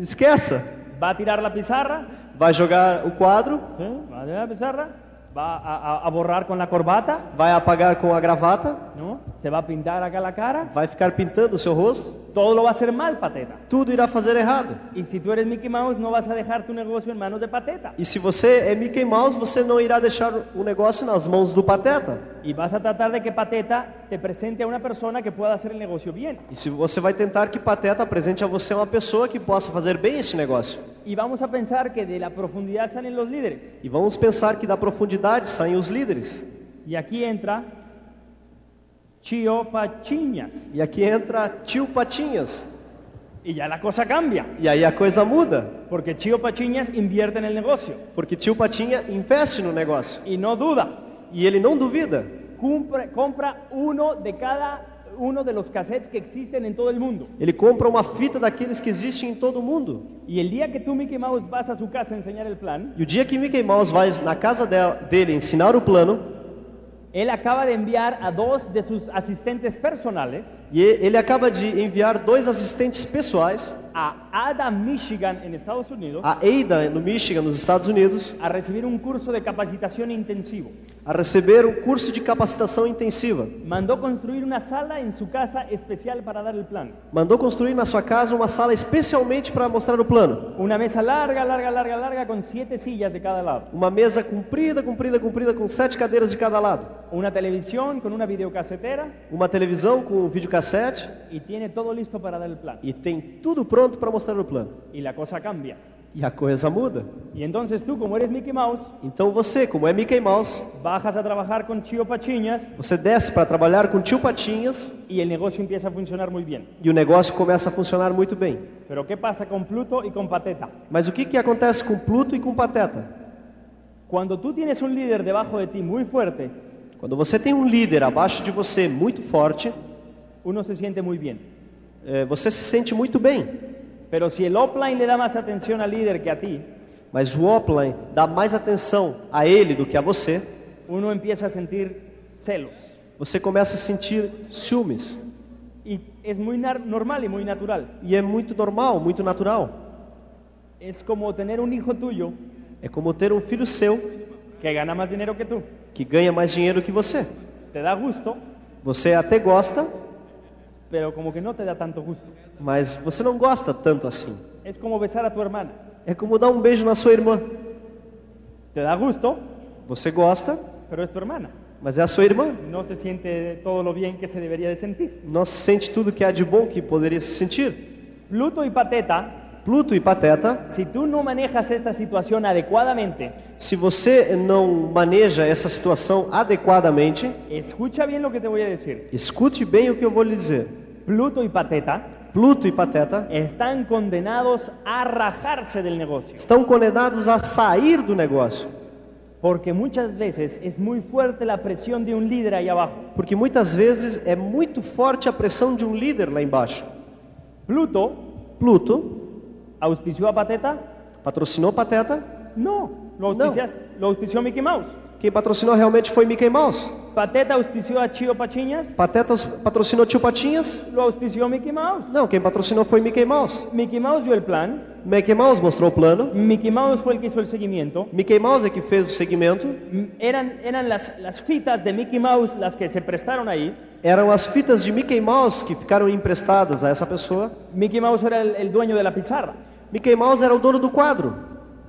Esqueça. Va a tirar la pizarra. Vai jogar o quadro, ¿eh? Va a tirar la pizarra. Va a, a- a borrar con la corbata. vai apagar com a gravata, ¿no? Se va a pintar acá la cara. vai ficar pintando o seu rosto. Todo lo va a hacer mal, Pateta. Tudo irá fazer errado. Y si tú eres Mickey Mouse, no vas a dejar tu negocio en manos de Pateta. E se você é Mickey Mouse, você não irá deixar o negócio nas mãos do Pateta. Y vas a tratar de que Pateta te presente a una persona que pueda hacer el negocio bien. E se você vai tentar que Pateta apresente a você uma pessoa que possa fazer bem este negócio. Y vamos a pensar que de la profundidad salen los líderes. E vamos pensar que da profundidade saem os líderes. Y aquí entra Chio Pachiñas. E aqui entra Tio Patinhas. Y ya la cosa cambia. E aí a coisa muda. Porque Chio Pachiñas invierte en el negocio Porque tio Patinha investe no negócio y no duda. e ele não duvida. Cumpre- compra uno de cada uno de los cassettes que existen en todo el mundo. Ele compra uma fita daqueles que existem em todo o mundo. Y el día que tú, Mickey Mouse, vas a su casa a enseñar el plan, E o dia que Mickey Mouse vai na casa dela- dele ensinar o plano, él acaba de enviar a dos de sus asistentes personales e e- ele acaba de enviar dois assistentes pessoais, a Ada, Michigan, en Estados Unidos, a Ada no Michigan, nos Estados Unidos, a recibir un curso de capacitación intensivo. a receber um curso de capacitação intensiva. Mandó construir una sala en su casa especial para dar el plan. Mandou construir na sua casa uma sala especialmente para mostrar o plano. Una mesa larga, larga, larga, larga, con siete sillas de cada lado. Uma mesa comprida, comprida, comprida, com sete cadeiras de cada lado. Una televisión con una videocasetera Uma televisão com um videocassete y tiene todo listo para dar el plan. e tem tudo pronto para mostrar o plano. Y la cosa cambia. E a coisa muda. Y entonces tú, como eres Mickey Mouse, Então você, como é Mickey Mouse, bajas a trabajar con Chio Pachiñas você desce para trabalhar com tio Patinhas y el negocio empieza a funcionar muy bien. e o negócio começa a funcionar muito bem. Pero ¿qué pasa con Pluto y con Pateta? Mas o que, que acontece com Pluto e com Pateta? Cuando tú tienes un líder debajo de ti muy fuerte, Quando você tem um líder abaixo de você muito forte, uno se siente muy bien. eh, você se sente muito bem. Pero si el offline le da más atención al líder que a ti, Mas o offline dá mais atenção a ele do que a você. uno empieza a sentir celos. Você começa a sentir ciúmes. Y es muy nar- normal y muy natural. E é muito normal, muito natural. Es como tener un hijo tuyo É como ter um filho seu que gana más dinero que tú. que ganha mais dinheiro que você. Te da gusto, Você até gosta, pero como que no te da tanto gusto. mas você não gosta tanto assim. Es como besar a tu hermana. É como dar um beijo na sua irmã. Te da gusto, Você gosta, pero es tu hermana. mas é a sua irmã. No se siente todo lo bien que se debería de sentir. Não se sente tudo que há de bom que poderia se sentir. Pluto y Pateta, Pluto e Pateta, si tú no manejas esta situación adecuadamente, se você não maneja essa situação adequadamente, escucha bien lo que te voy a decir. escute bem o que eu vou lhe dizer. Pluto y Pateta Pluto e Pateta están condenados a rajarse del negocio, estão condenados a sair do negócio, porque muchas veces es muy fuerte la presión de un líder ahí abajo. porque muitas vezes é muito forte a pressão de um líder lá embaixo. Pluto Pluto auspició a Pateta? patrocinou Pateta, No, lo, auspiciaste- lo auspició Mickey Mouse. quem patrocinou realmente foi Mickey Mouse. Pateta auspició a Chio Pachiñas? Pateta patrocinou Tio Patinhas? Lo auspició Mickey Mouse. Não, quem patrocinou foi Mickey Mouse. Mickey Mouse dio el plan. Mickey Mouse mostrou o plano. Mickey Mouse fue el que hizo el seguimiento. Mickey Mouse é que fez o segmento. Mm, Eran, eran las, las fitas de Mickey Mouse las que se prestaron ahí. Eram as fitas de Mickey Mouse que ficaram emprestadas a essa pessoa. Mickey Mouse era el, el dueño de la pizarra. Mickey Mouse era o dono do quadro.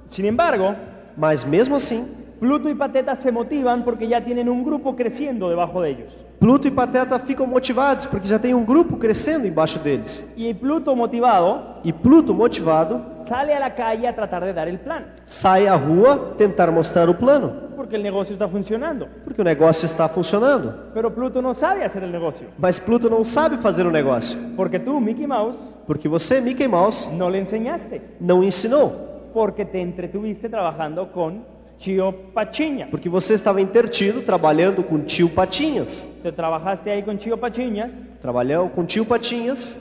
Sin embargo, Mas mesmo assim, Pluto y Pateta se motivan porque ya tienen un grupo creciendo debajo de ellos. Pluto e Pateta ficam motivados porque já tem um grupo crescendo embaixo deles. Y Pluto motivado E Pluto, motivado, sale a la calle a tratar de dar el plan, sai à rua tentar mostrar o plano, porque el negocio está funcionando. porque o negócio está funcionando. Pero Pluto no sabe hacer el negocio, Mas Pluto não sabe fazer o negócio, porque tú, Mickey Mouse, porque você, Mickey Mouse, no le enseñaste, não ensinou. porque te entretuviste trabajando con Chio Pachiñas. Porque você estava intertido trabalhando com tio Patinhas. Te trabajaste ahí con Chio Pachiñas, Trabalhou com tio Patinhas,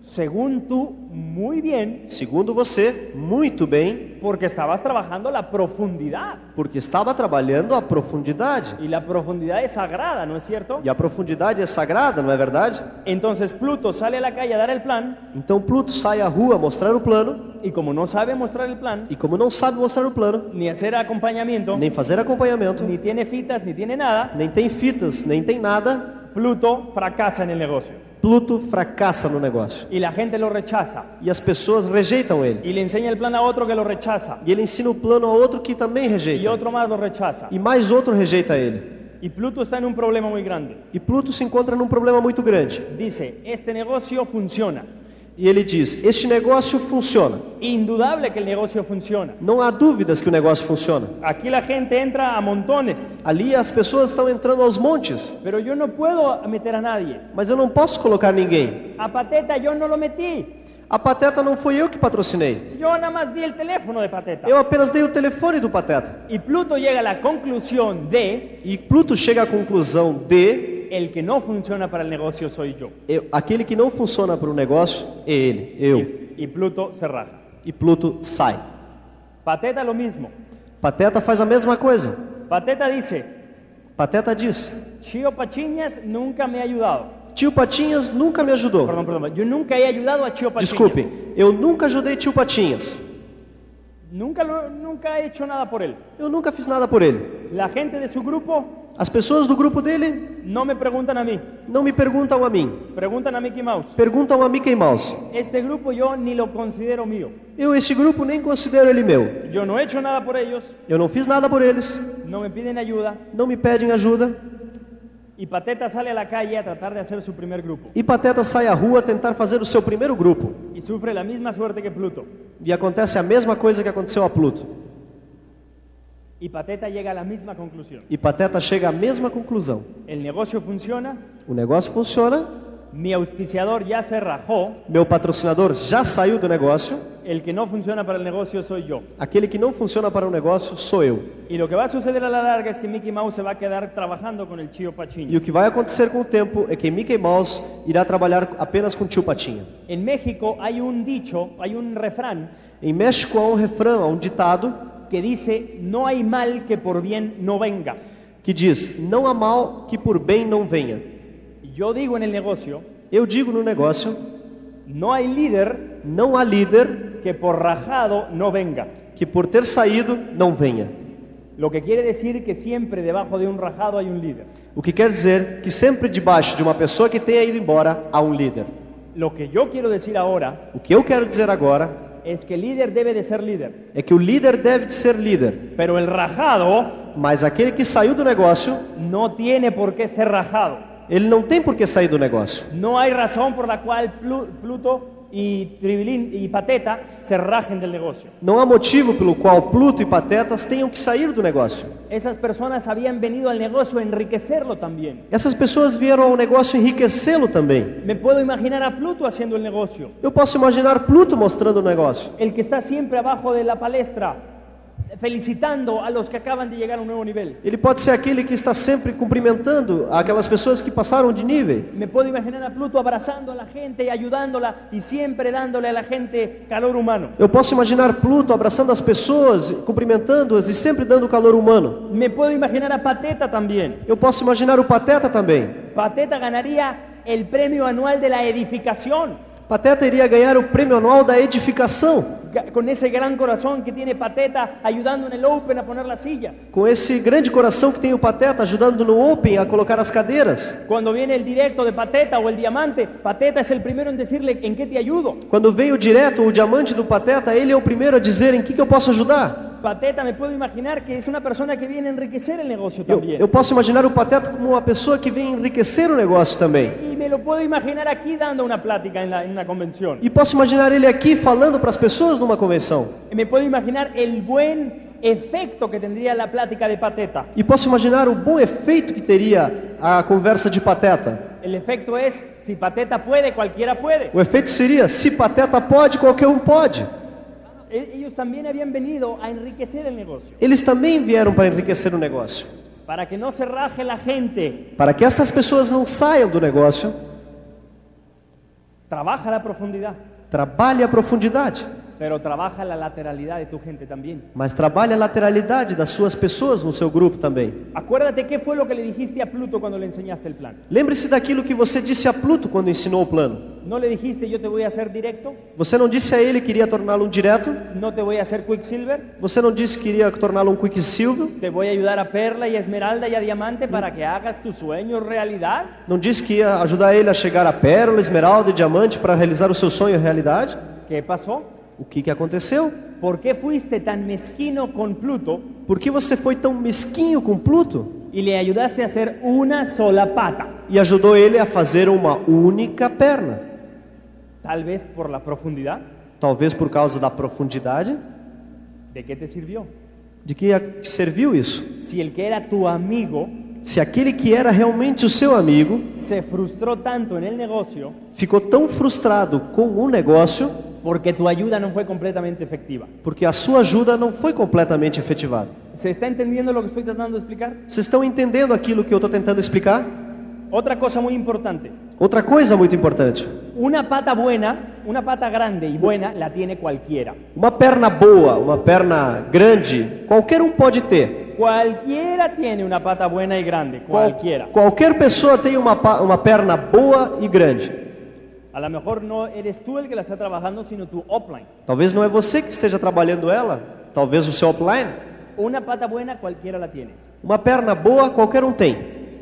según tú, muy bien, segundo você, muito bem, porque estabas trabajando la profundidad. porque estava trabalhando a profundidade. Y la profundidad es sagrada, ¿no es cierto? E a profundidade é sagrada, não é verdade? Entonces Pluto sale a la calle a dar el plan, Então Pluto sai à rua mostrar o plano, y como no sabe mostrar el plan, e como não sabe mostrar o plano, ni hacer acompañamiento, nem fazer acompanhamento, ni tiene fitas, ni tiene nada, nem tem fitas, nem tem nada, Pluto fracasa en el negocio. Pluto fracassa no negócio. Y la gente lo rechaza. E as pessoas rejeitam ele. Y le enseña el plan a otro que lo rechaza. E ele ensina o plano a outro que também Y rejeita. otro más lo rechaza. E mais outro rejeita ele. Y Pluto está en un problema muy grande. E Pluto se encontra num problema muito grande. Dice, este negocio funciona. E ele diz: Este negócio funciona. Indudable que el negocio funciona. Não há dúvidas que o negócio funciona. Aquí la gente entra a montones, Ali as pessoas estão entrando aos montes, pero yo no puedo meter a nadie. mas eu não posso colocar ninguém. A Pateta yo no lo metí. A pateta não foi eu que patrocinei. Yo nada más di el teléfono de Pateta. Eu apenas dei o telefone do pateta. Y Pluto llega a la conclusión de E Pluto chega à conclusão de: el que no funciona para el negocio soy yo. eu- aquele que não funciona para o negócio é ele, eu. Y, y Pluto se raja. E Pluto sai. Pateta lo mismo. Pateta faz a mesma coisa. Pateta dice, Pateta diz: Chio Pachiñas nunca me ha ayudado. Tio Patinhas nunca me ajudou. Perdón, perdón, yo nunca he ayudado a Chio Pachiñas. Desculpem, eu nunca ajudei tio Patinhas. Nunca, lo- nunca he hecho nada por él. Eu nunca fiz nada por ele. La gente de su grupo As pessoas do grupo dele no me preguntan a mí, não me perguntam a mim, preguntan a Mickey Mouse. perguntam a Mickey Mouse. Este grupo yo ni lo considero mío. Eu esse grupo nem considero ele meu. Yo no he hecho nada por ellos, Eu não fiz nada por eles, no me piden ayuda não me pedem ajuda. y Pateta sale a la calle a tratar de hacer su primer grupo E Pateta sai à rua tentar fazer o seu primeiro grupo. y sufre la misma suerte que Pluto. E acontece a mesma coisa que aconteceu a Pluto. Y Pateta llega a la misma conclusión. E Pateta chega à mesma conclusão. El negocio funciona, O negócio funciona, mi auspiciador ya se rajó, meu patrocinador já saiu do negócio, el que no funciona para el negocio soy yo. aquele que não funciona para o negócio sou eu. Y lo que va a suceder a la larga es que Mickey Mouse se va a quedar trabajando con el Chio E Pachino. o que vai acontecer com o tempo é que Mickey Mouse irá trabalhar apenas com tio Patinha. En México hay un dicho, hay un refrán Em México há um refrão, há um ditado que dice, no hay mal que por bien no venga. que diz: Não há mal que por bem não venha. Yo digo en el negocio, Eu digo no negócio: no hay líder não há líder que por rajado no venga. que por ter saído não venha. Lo que quiere decir que siempre debajo de un rajado hay un líder. O que quer dizer que sempre debaixo de uma pessoa que tenha ido embora há um líder. Lo que yo quiero decir ahora O que eu quero dizer agora es que el líder debe de ser líder, é que o líder deve de ser líder, pero el rajado Mas aquele que saiu do negócio, no tiene por qué ser rajado. ele não tem por que sair do negócio. No hay razón por la cual Plu- Pluto y Tribilín y Pateta se rajen del negocio. Não há motivo pelo qual Pluto e Patetas tenham que sair do negócio. Esas personas habían venido al negocio a enriquecerlo también. Essas pessoas vieram ao negócio enriquecê-lo também. Me puedo imaginar a Pluto haciendo el negocio. Eu posso imaginar Pluto mostrando o negócio. El que está siempre abajo de la palestra, felicitando a los que acaban de llegar a un nuevo nivel. Ele pode ser aquele que está sempre cumprimentando aquelas pessoas que passaram de nível. Me puedo imaginar a Pluto abrazando a la gente y ayudándola y siempre dándole a la gente calor humano. Eu posso imaginar Pluto abraçando as pessoas, cumprimentando-as e sempre dando calor humano. Me puedo imaginar a Pateta también. Eu posso imaginar o Pateta também. Pateta ganaría el premio anual de la edificación. Pateta iria ganhar o prêmio anual da edificação, Ga- Con ese gran corazón que tiene Pateta ayudando en el Open a poner las sillas. com esse grande coração que tem o Pateta ajudando no Open a colocar as cadeiras. Cuando viene el directo de Pateta o el diamante, Pateta es el primero en decirle en qué te ayudo. Quando vem o direto, o diamante do Pateta, ele é o primeiro a dizer em que, que eu posso ajudar. Pateta me puedo imaginar que es una persona que viene a enriquecer el negocio Eu, también. eu posso imaginar o Pateta como uma pessoa que vem enriquecer o negócio também. Y me lo puedo imaginar aquí dando una plática en, la- en una convención. E posso imaginar ele aqui falando para as pessoas numa convenção. Me puedo imaginar el buen efecto que tendría la plática de Pateta. E posso imaginar o bom efeito que teria a conversa de Pateta. El efecto es, si Pateta puede, cualquiera puede. O efeito seria: se Pateta pode, qualquer um pode. E- Ellos también habían venido a enriquecer el negocio, Eles também vieram para enriquecer o negócio. para que no se raje la gente. Para que essas pessoas não saiam do negócio, Trabaja la profundidad, trabalhe a profundidade, pero trabaja la lateralidad de tu gente también. mas trabalhe a lateralidade das suas pessoas no seu grupo também. Acuérdate qué fue lo que le dijiste a Pluto cuando le enseñaste el plan. Lembre-se daquilo que você disse a Pluto quando ensinou o plano. No le dijiste yo te voy a hacer directo, Você não disse a ele que iria torná-lo um direto, no te voy a hacer Quicksilver, você não disse que iria torná-lo um quicksilver, te voy a ayudar a Perla y a Esmeralda y a Diamante para que hagas tus sueños realidad. não disse que ia ajudar ele a chegar a pérola, esmeralda e diamante para realizar o seu sonho realidade. ¿Qué pasó? O que, que aconteceu? ¿Por qué fuiste tan mezquino con Pluto Por que você foi tão mesquinho com Pluto y le ayudaste a hacer una sola pata? e ajudou ele a fazer uma única perna? Tal vez por la profundidad. Talvez por causa da profundidade. ¿De qué te sirvió? De que a- serviu isso? Si el que era tu amigo Se aquele que era realmente o seu amigo se frustró tanto en el negocio ficou tão frustrado com o negócio porque tu ayuda no fue completamente efectiva. porque a sua ajuda não foi completamente efetivada. ¿Se está entendiendo lo que estoy tratando de explicar? Vocês estão entendendo aquilo que eu estou tentando explicar? Otra cosa muy importante. Outra coisa muito importante: Una pata buena, una pata grande y buena la tiene cualquiera. uma perna boa, uma perna grande, qualquer um pode ter. Cualquiera tiene una pata buena y grande, Qual- cualquiera. qualquer pessoa tem uma, pa- uma perna boa e grande. A lo mejor no eres tú el que la está trabajando, sino tu offline. Talvez não é você que esteja trabalhando ela, talvez o seu offline. Una pata buena cualquiera la tiene, Uma perna boa qualquer um tem,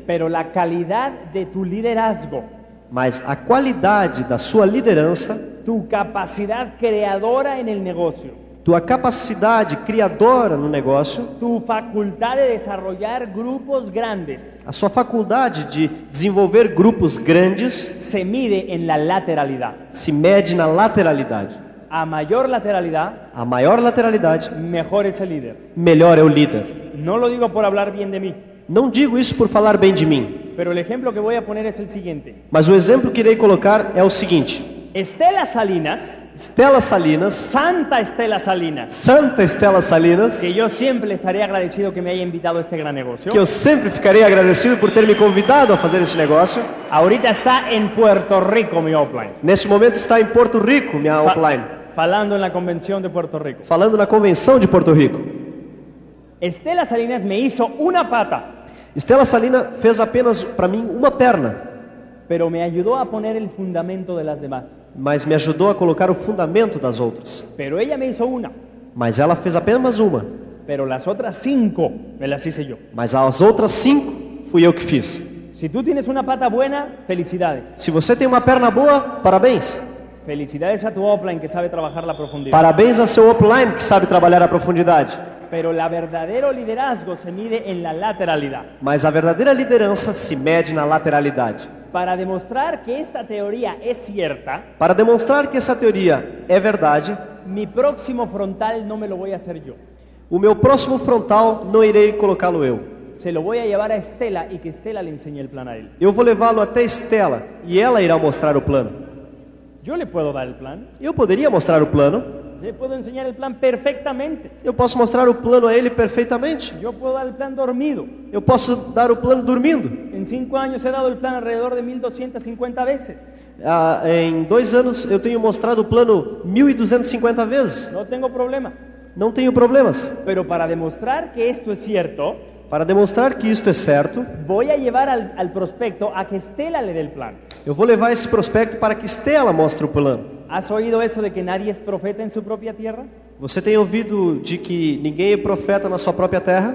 pero la calidad de tu liderazgo, mas a qualidade da sua liderança, tu capacidad creadora en el negocio, tua capacidade criadora no negócio, tu facultad de desarrollar grupos grandes, a sua faculdade de desenvolver grupos grandes se mide en la lateralidad. se mede na lateralidade. A mayor lateralidad, A maior lateralidade, mejor es el líder. melhor é o líder. No lo digo por hablar bien de mí, Não digo isso por falar bem de mim, pero el ejemplo que voy a poner es el siguiente. mas o exemplo que irei colocar é o seguinte: Estela Salinas, Estela Salinas, Santa Estela Salinas, Santa Estela Salinas, que yo siempre le estaré agradecido que me haya invitado a este gran negocio. que eu sempre ficarei agradecido por ter me convidado a fazer esse negócio. Ahorita está en Puerto Rico mi offline. Neste momento está em Porto Rico, minha Fa- offline. Falando en la convención de Puerto Rico. falando na convenção de Porto Rico. Estela Salinas me hizo una pata, Estela Salina fez apenas para mim uma perna, pero me ayudó a poner el fundamento de las demás. mas me ajudou a colocar o fundamento das outras. Pero ella me hizo una, Mas ela fez apenas uma, pero las otras cinco me las hice yo. mas as outras cinco fui eu que fiz. Si tú tienes una pata buena, felicidades. Se você tem uma perna boa, parabéns. Felicidades a tu offline que sabe trabajar la profundidad. Parabéns a seu offline que sabe trabalhar a profundidade. Pero el verdadero liderazgo se mide en la lateralidad. Mas a verdadeira liderança se mede na lateralidade. Para demostrar que esta teoría es cierta, Para demonstrar que essa teoria é verdade, mi próximo frontal no me lo voy a hacer yo. o meu próximo frontal não irei colocá-lo eu. Se lo voy a llevar a Estela y que Estela le enseñe el plan a él. Eu vou levá-lo até Estela e ela irá mostrar o plano. Yo le puedo dar el plan, Eu poderia mostrar o plano, le puedo enseñar el plan perfectamente. eu posso mostrar o plano a ele perfeitamente. Yo puedo dar el plan dormido. Eu posso dar o plano dormindo. En cinco años he dado el plan alrededor de 1250 veces. Ah, em dois anos eu tenho mostrado o plano 1.250 vezes. No tengo problema. Não tenho problemas. Pero para demostrar que esto es cierto, Para demonstrar que isto é certo, voy a llevar al, al prospecto a que Estela le dé el plan. eu vou levar esse prospecto para que Estela mostre o plano. ¿Has oído eso de que nadie es profeta en su propia tierra? Você tem ouvido de que ninguém é profeta na sua própria terra?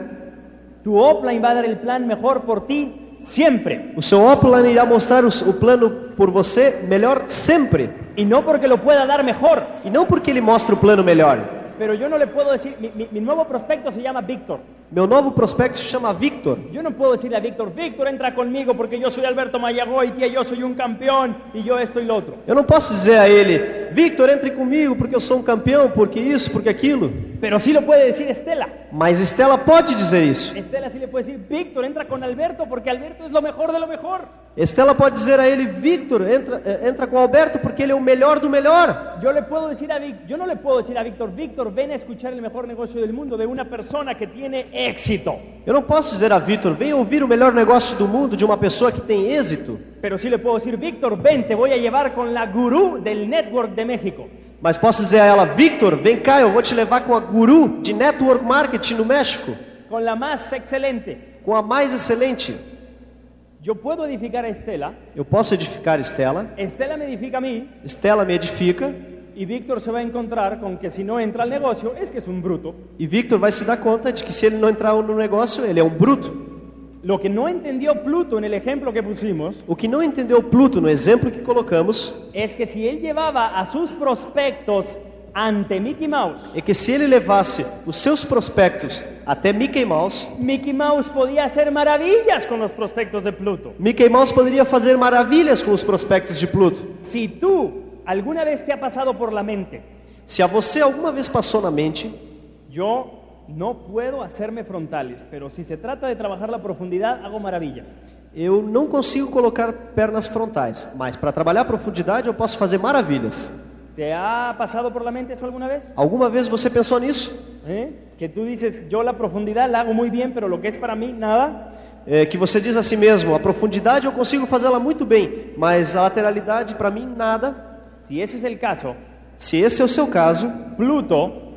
Tu offline va a dar el plan mejor por ti siempre. O seu offline irá mostrar os- o plano por você melhor sempre. Y no porque lo pueda dar mejor. E não porque ele mostra o plano melhor. Pero yo no le puedo decir, mi, mi- mi nuevo prospecto se llama Víctor. Meu novo prospecto se chama Victor. Yo no puedo decirle a Víctor, Víctor entra conmigo porque yo soy Alberto Mayagoy, tía, yo soy un campeón y yo esto y lo otro. Eu não posso dizer a ele, Victor, entre comigo porque eu sou um campeão, porque isso, porque aquilo. Pero sí lo puede decir Estela. Mas Estela pode dizer isso. Estela sí le puede decir, Víctor entra con Alberto porque Alberto es lo mejor de lo mejor. Estela pode dizer a ele, Victor, entra, eh, entra com o Alberto porque ele é o melhor do melhor. Yo le puedo decir a Vic- yo no le puedo decir a Víctor, Víctor, ven a escuchar el mejor negocio del mundo de una persona que tiene éxito. Eu não posso dizer a Victor, vem ouvir o melhor negócio do mundo de uma pessoa que tem êxito. Pero sí le puedo decir, Víctor, ven, te voy a llevar con la gurú del network de México. Mas posso dizer a ela, Victor, vem cá, eu vou te levar com a guru de network marketing no México, Con la más excelente. com a mais excelente. Yo puedo edificar a Estela, Eu posso edificar Estela, Estela me edifica a mí Estela me edifica y Víctor se va a encontrar con que si no entra al negocio es que es un bruto. e Victor vai se dar conta de que se ele não entrar no negócio, ele é um bruto. Lo que no entendió Pluto en el ejemplo que pusimos O que não entendeu Pluto no exemplo que colocamos es que si él llevaba a sus prospectos ante Mickey Mouse, é que se ele levasse os seus prospectos até Mickey Mouse, Mickey Mouse podía hacer maravillas con los prospectos de Pluto. Mickey Mouse poderia fazer maravilhas com os prospectos de Pluto. Si tú alguna vez te ha pasado por la mente, Se a você alguma vez passou na mente, yo no puedo hacerme frontales, pero si se trata de trabajar la profundidad, hago maravillas. eu não consigo colocar pernas frontais, mas para trabalhar a profundidade eu posso fazer maravilhas. ¿Te ha pasado por la mente eso alguna vez? Alguma vez você pensou nisso? ¿Eh? Que tú dices, yo la profundidad la hago muy bien, pero lo que es para mí, nada. É, que você diz a si mesmo, a profundidade eu consigo fazê-la muito bem, mas a lateralidade para mim nada. Si ese es el caso, Se esse é o seu caso, Pluto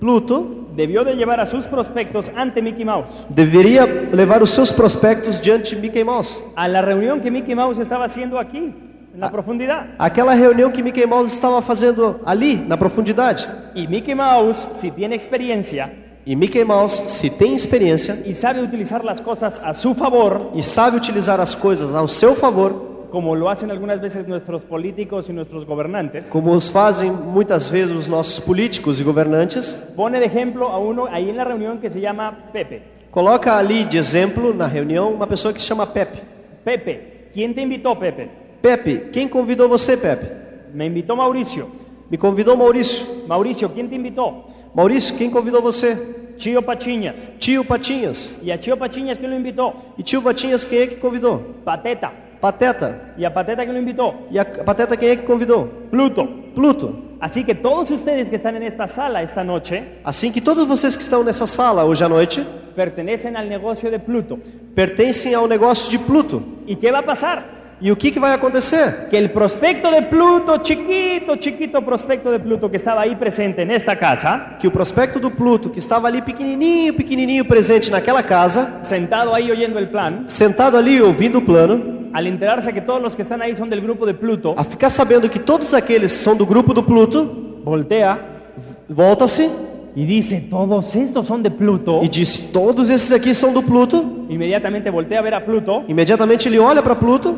Pluto debió de llevar a sus prospectos ante Mickey Mouse. deveria levar os seus prospectos diante de Mickey Mouse. A la reunión que Mickey Mouse estaba haciendo aquí, en la profundidad. Aquela reunião que Mickey Mouse estava fazendo ali, na profundidade. Y Mickey Mouse, si tiene experiencia E Mickey Mouse, se tem experiência y sabe utilizar las cosas a su favor, e sabe utilizar as coisas ao seu favor, como lo hacen algunas veces nuestros políticos y nuestros gobernantes, como os fazem muitas vezes os nossos políticos e governantes, pone de ejemplo a uno ahí en la reunión que se llama Pepe. coloca ali de exemplo, na reunião, uma pessoa que se chama Pepe. Pepe, ¿quién te invitó, Pepe? Pepe, quem convidou você, Pepe? Me invitó Mauricio. Me convidou Maurício. Mauricio, ¿quién te invitó? Maurício, quem convidou você? Chío Pachiñas. Tio Patinhas. ¿Y a Chío Pachiñas quién lo invitó? E tio Patinhas, quem é que convidou? Pateta. Pateta. ¿Y a Pateta quién lo invitó? E a Pateta, quem é que convidou? Pluto. Pluto. Así que todos ustedes que están en esta sala esta noche Assim que todos vocês que estão nessa sala hoje à noite pertenecen al negocio de Pluto. pertencem ao negócio de Pluto. ¿Y qué va a pasar? E o que, que vai acontecer? Que el prospecto de Pluto, chiquito, chiquito prospecto de Pluto que estaba ahí presente en esta casa, Que o prospecto do Pluto, que estava ali pequenininho, pequenininho presente naquela casa, sentado ahí oyendo el plan, sentado ali ouvindo o plano, al enterarse que todos los que están ahí son del grupo de Pluto, a ficar sabendo que todos aqueles são do grupo do Pluto, voltea volta-se y dice, todos estos son de Pluto. e disse: Todos esses aqui são do Pluto. Inmediatamente voltea a ver a Pluto Imediatamente ele olha para Pluto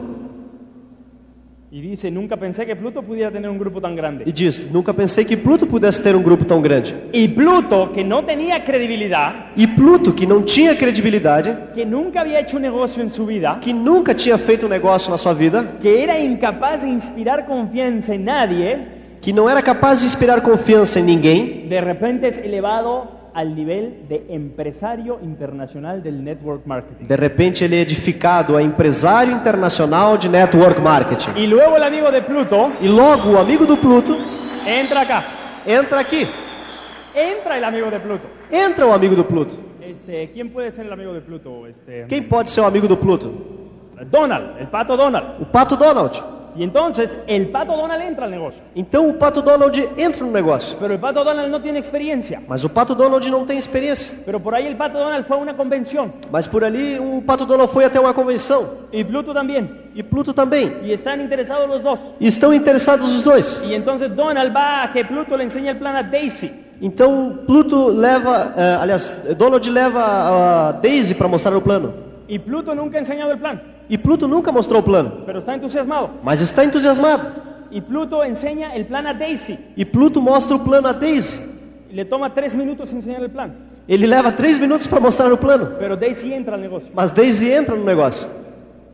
y Y dice, nunca pensé que Pluto pudiera tener un grupo tan E grande. diz: Nunca pensei que Pluto pudesse ter um grupo tão grande. Y Pluto, que no tenía credibilidad, E Pluto, que não tinha credibilidade, que nunca había hecho un negocio en su vida, que nunca tinha feito um negócio na sua vida, que era incapaz de inspirar confianza en nadie, que não era capaz de inspirar confiança em ninguém, de repente es elevado al nivel de empresario internacional del network marketing. de repente ele é edificado a empresário internacional de network marketing. Y luego el amigo de Pluto E logo o amigo do Pluto entra acá. entra aqui. Entra el amigo de Pluto. Entra o amigo do Pluto. Este, ¿quién puede ser el amigo de Pluto? Este, Quem pode ser o amigo do Pluto? Donald, el pato Donald. O Pato Donald. Y entonces el pato Donald entra al negocio. Então o Pato Donald entra no negócio. Pero el pato Donald no tiene experiencia. Mas o Pato Donald não tem experiência. Pero por ahí el pato Donald fue a una convención. Mas por ali o Pato Donald foi até uma convenção. Y Pluto también. E Pluto também. Y están interesados los dos. E estão interessados os dois. Y entonces Donald va a que Pluto le enseñe el plan a Daisy. Então Pluto leva, eh, aliás, Donald leva a Daisy para mostrar o plano. Y Pluto nunca ha enseñado el plan, E Pluto nunca mostrou o plano, pero está entusiasmado. mas está entusiasmado. Y Pluto enseña el plan a Daisy. E Pluto mostra o plano a Daisy. Le toma tres minutos enseñar el plan, Ele leva três minutos para mostrar o plano, pero Daisy entra al negocio. mas Daisy entra no negócio.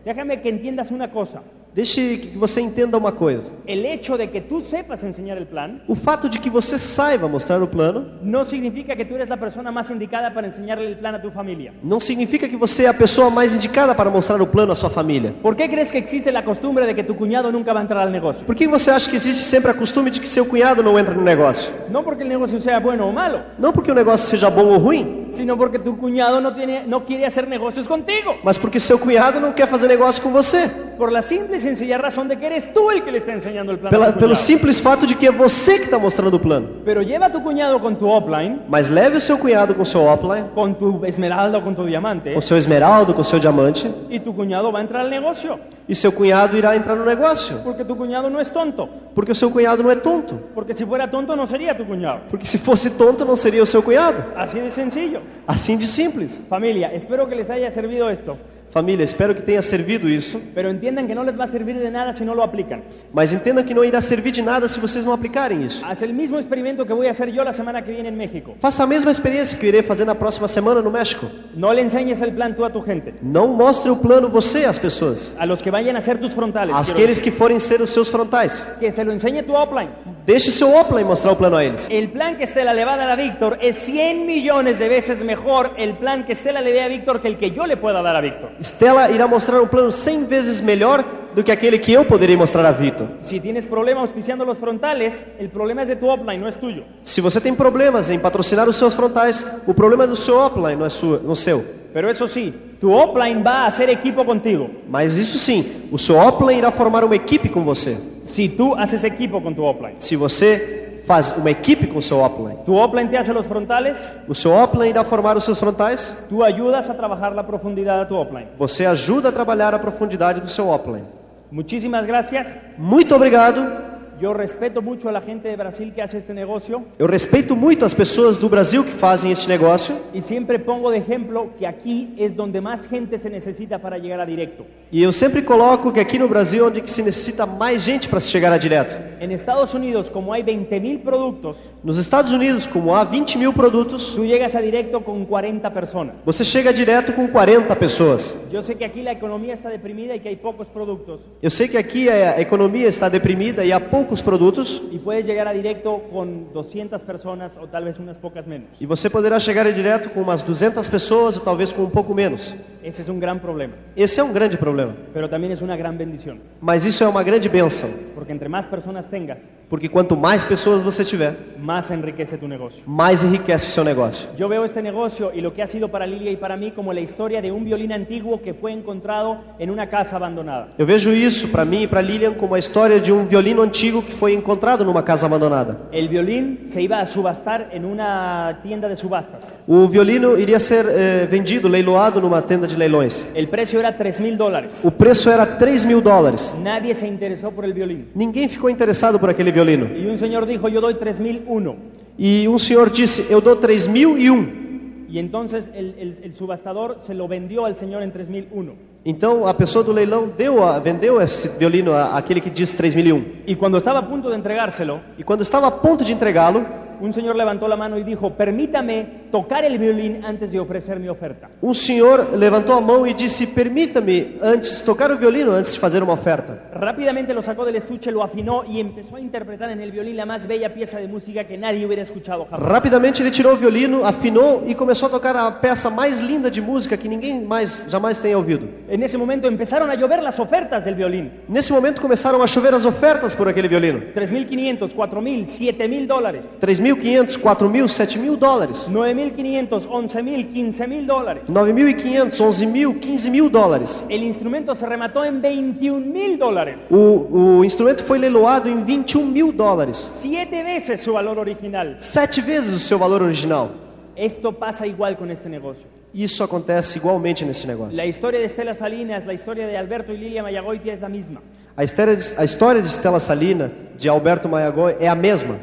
Déjame que entiendas una cosa. Deixe que você entenda uma coisa. El hecho de que tú sepas enseñar el plan O fato de que você saiba mostrar o plano no significa que tú eres la persona más indicada para enseñarle el plan a tu familia. não significa que você é a pessoa mais indicada para mostrar o plano à sua família. ¿Por qué crees que existe la costumbre de que tu cuñado nunca va a entrar al negocio? Por que você acha que existe sempre a costume de que seu cunhado não entra no negócio? No porque el negocio sea bueno o malo, Não porque o negócio seja bom ou ruim, sino porque tu cuñado no, tiene, no quiere hacer negocios contigo. mas porque seu cunhado não quer fazer negócio com você. Por la simple y sencilla razón de que eres tú el que le está enseñando el plan. a Pela- tu pelo cuñado. simples fato de que é você que está mostrando o plano. Pero lleva a tu cuñado con tu offline, Mas leve o seu cunhado com seu offline, con tu esmeralda o con tu diamante, com seu esmeraldo, com seu diamante, y tu cuñado va a entrar al negocio. e seu cunhado irá entrar no negócio. Porque tu cuñado no es tonto. Porque o seu cunhado não é tonto. Porque si fuera tonto no sería tu cuñado. Porque se fosse tonto, não seria o seu cunhado. Así de sencillo. Assim de simples. Familia, espero que les haya servido esto. Família, espero que tenha servido isso, Pero entiendan que no les va a servir de nada si no lo aplican. mas entenda que não irá servir de nada se vocês não aplicarem isso. Haz el mismo experimento que voy a hacer yo la semana que viene en México. Faça a mesma experiência que eu irei fazer na próxima semana no México. No le enseñes el plan tú a tu gente. Não mostre o plano você às pessoas, A los que vayan a hacer tus frontales. quiero àqueles que forem ser os seus frontais. decir. Que se lo enseñe tu offline. Deixe seu offline mostrar o plano a eles. El plan que Estela le va a dar a Víctor es 100 millones de veces mejor el plan que Estela le dé a Víctor que el que yo le pueda dar a Víctor. Estela irá mostrar um plano 100 vezes melhor do que aquele que eu poderia mostrar a Vitor. Si tienes problema auspiciando los frontales, el problema es de tu offline, no es tuyo. Se você tem problemas em patrocinar os seus frontais, o problema é do seu offline, não é sua, não seu. Pero eso sí, tu offline va a hacer equipo contigo. Mas isso sim, o seu offline irá formar uma equipe com você. Si tú haces equipo con tu offline. Se você faz uma equipe com o seu offline, Tu offline te hace los frontales, o seu offline irá formar os seus frontais, tú ayudas a trabajar la profundidad a tu offline. você ajuda a trabalhar a profundidade do seu offline. Muchísimas gracias. Muito obrigado. Yo respeto mucho a la gente de Brasil que hace este negocio Eu respeito muito as pessoas do Brasil que fazem este negócio y siempre pongo de ejemplo que aquí es donde más gente se necesita para llegar a directo. e eu sempre coloco que aqui no Brasil é onde que se necessita mais gente para se chegar a direto. En Estados Unidos, como hay 20 mil productos, Nos Estados Unidos, como há 20 mil produtos, tú llegas a directo con 40 personas. você chega direto com 40 pessoas. Yo sé que aquí la economía está deprimida y que hay pocos productos Eu sei que aqui a a economia está deprimida e há poucos produtos, y puedes llegar a directo con 200 personas o tal vez unas pocas menos. e você poderá chegar direto com umas 200 pessoas, ou talvez com um pouco menos. Ese es un gran problema, Esse é um grande problema, pero también es una gran bendición, mas isso é uma grande benção, porque entre más personas tengas, porque quanto mais pessoas você tiver, más enriquece tu negocio. mais enriquece o seu negócio. Yo veo este negocio y lo que ha sido para Lilia y para mí como la historia de un violín antiguo que fue encontrado en una casa abandonada. Eu vejo isso para mim e para Lilian como a história de um violino antigo que foi encontrado numa casa abandonada. El violín se iba a subastar en una tienda de subastas. O violino iria ser eh, vendido, leiloado numa tenda de leilões. El precio era 3 mil dólares. O preço era 3 mil dólares. Nadie se interesó por el violín. Ninguém ficou interessado por aquele violino. Y un señor dijo, yo doy 3 mil uno. E um senhor disse: Eu dou 3 mil e um. Y entonces el, el- el subastador se lo vendió al señor en 3 mil uno. Então a pessoa do leilão deu a- vendeu esse violino a- àquele que diz 3001. Y cuando estaba a punto de entregárselo, E quando estava a ponto de entregá-lo, un señor levantó la mano y dijo, permítame tocar el violín antes de ofrecer mi oferta. um senhor levantou a mão e disse: Permita-me antes tocar o violino antes de fazer uma oferta. Rápidamente lo sacó del estuche, lo afinó y empezó a interpretar en el violín la más bella pieza de música que nadie hubiera escuchado jamás. Rapidamente ele tirou o violino, afinou e começou a tocar a peça mais linda de música que ninguém mais jamais tenha ouvido. En ese momento empezaron a llover las ofertas del violín. Nesse momento começaram a chover as ofertas por aquele violino. 3.500, 4.000, 7.000 dólares. 3.500, 4.000, 7.000 dólares. 9.500, 11.000, 15.000 dólares. 9.500, 11.000, 15.000 dólares. El instrumento se remató en 21.000 dólares. O, o instrumento foi leiloado em 21 mil dólares. Siete veces su valor original. Sete vezes o seu valor original. Esto pasa igual con este negocio. Isso acontece igualmente nesse negócio. La historia de Estela Salinas, la historia de Alberto y Lilia Mayagoitia es la misma. A história, de, a história de Stella Salina, de Alberto Maiagoi, é a mesma.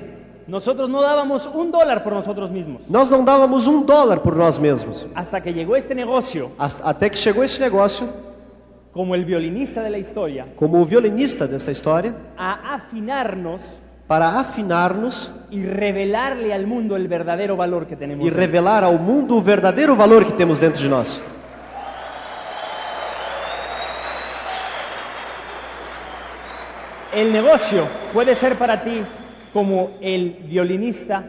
Nosotros no dábamos un dólar por nosotros mismos. Nós não dávamos um dólar por nós mesmos. Hasta que llegó este negocio, As- Até que chegou esse negócio, como el violinista de la historia, como o violinista desta história, a afinarnos para afinar-nos y revelarle al mundo el verdadero valor que tenemos. e revelar ao mundo o verdadeiro valor que temos dentro de nós. El negocio puede ser para ti como el violinista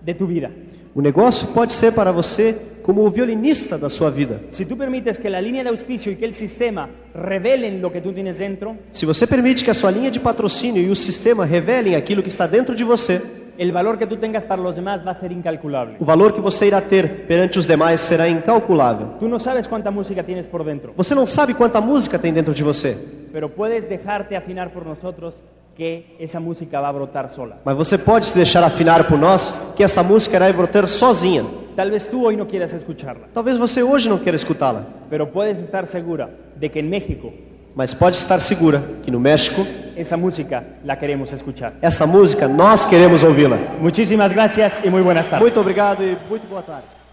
de tu vida. O negócio pode ser para você como o violinista da sua vida. Si tú permites que la línea de auspicio y que el sistema revelen lo que tú tienes dentro, Se você permite que a sua linha de patrocínio e o sistema revelem aquilo que está dentro de você, el valor que tú tengas para los demás va a ser incalculable. o valor que você irá ter perante os demais será incalculável. Tú no sabes cuánta música tienes por dentro, Você não sabe quanta música tem dentro de você, pero puedes dejarte afinar por nosotros que esa música va a brotar sola. mas você pode se deixar afinar por nós que essa música irá brotar sozinha. Tal vez tú hoy no quieras escucharla, Talvez você hoje não queira escutá-la, pero puedes estar segura de que en México mas pode estar segura que no México esa música la queremos escuchar. essa música nós queremos ouvi-la. Muchísimas gracias y muy buenas tardes. Muito obrigado e muito boa tarde.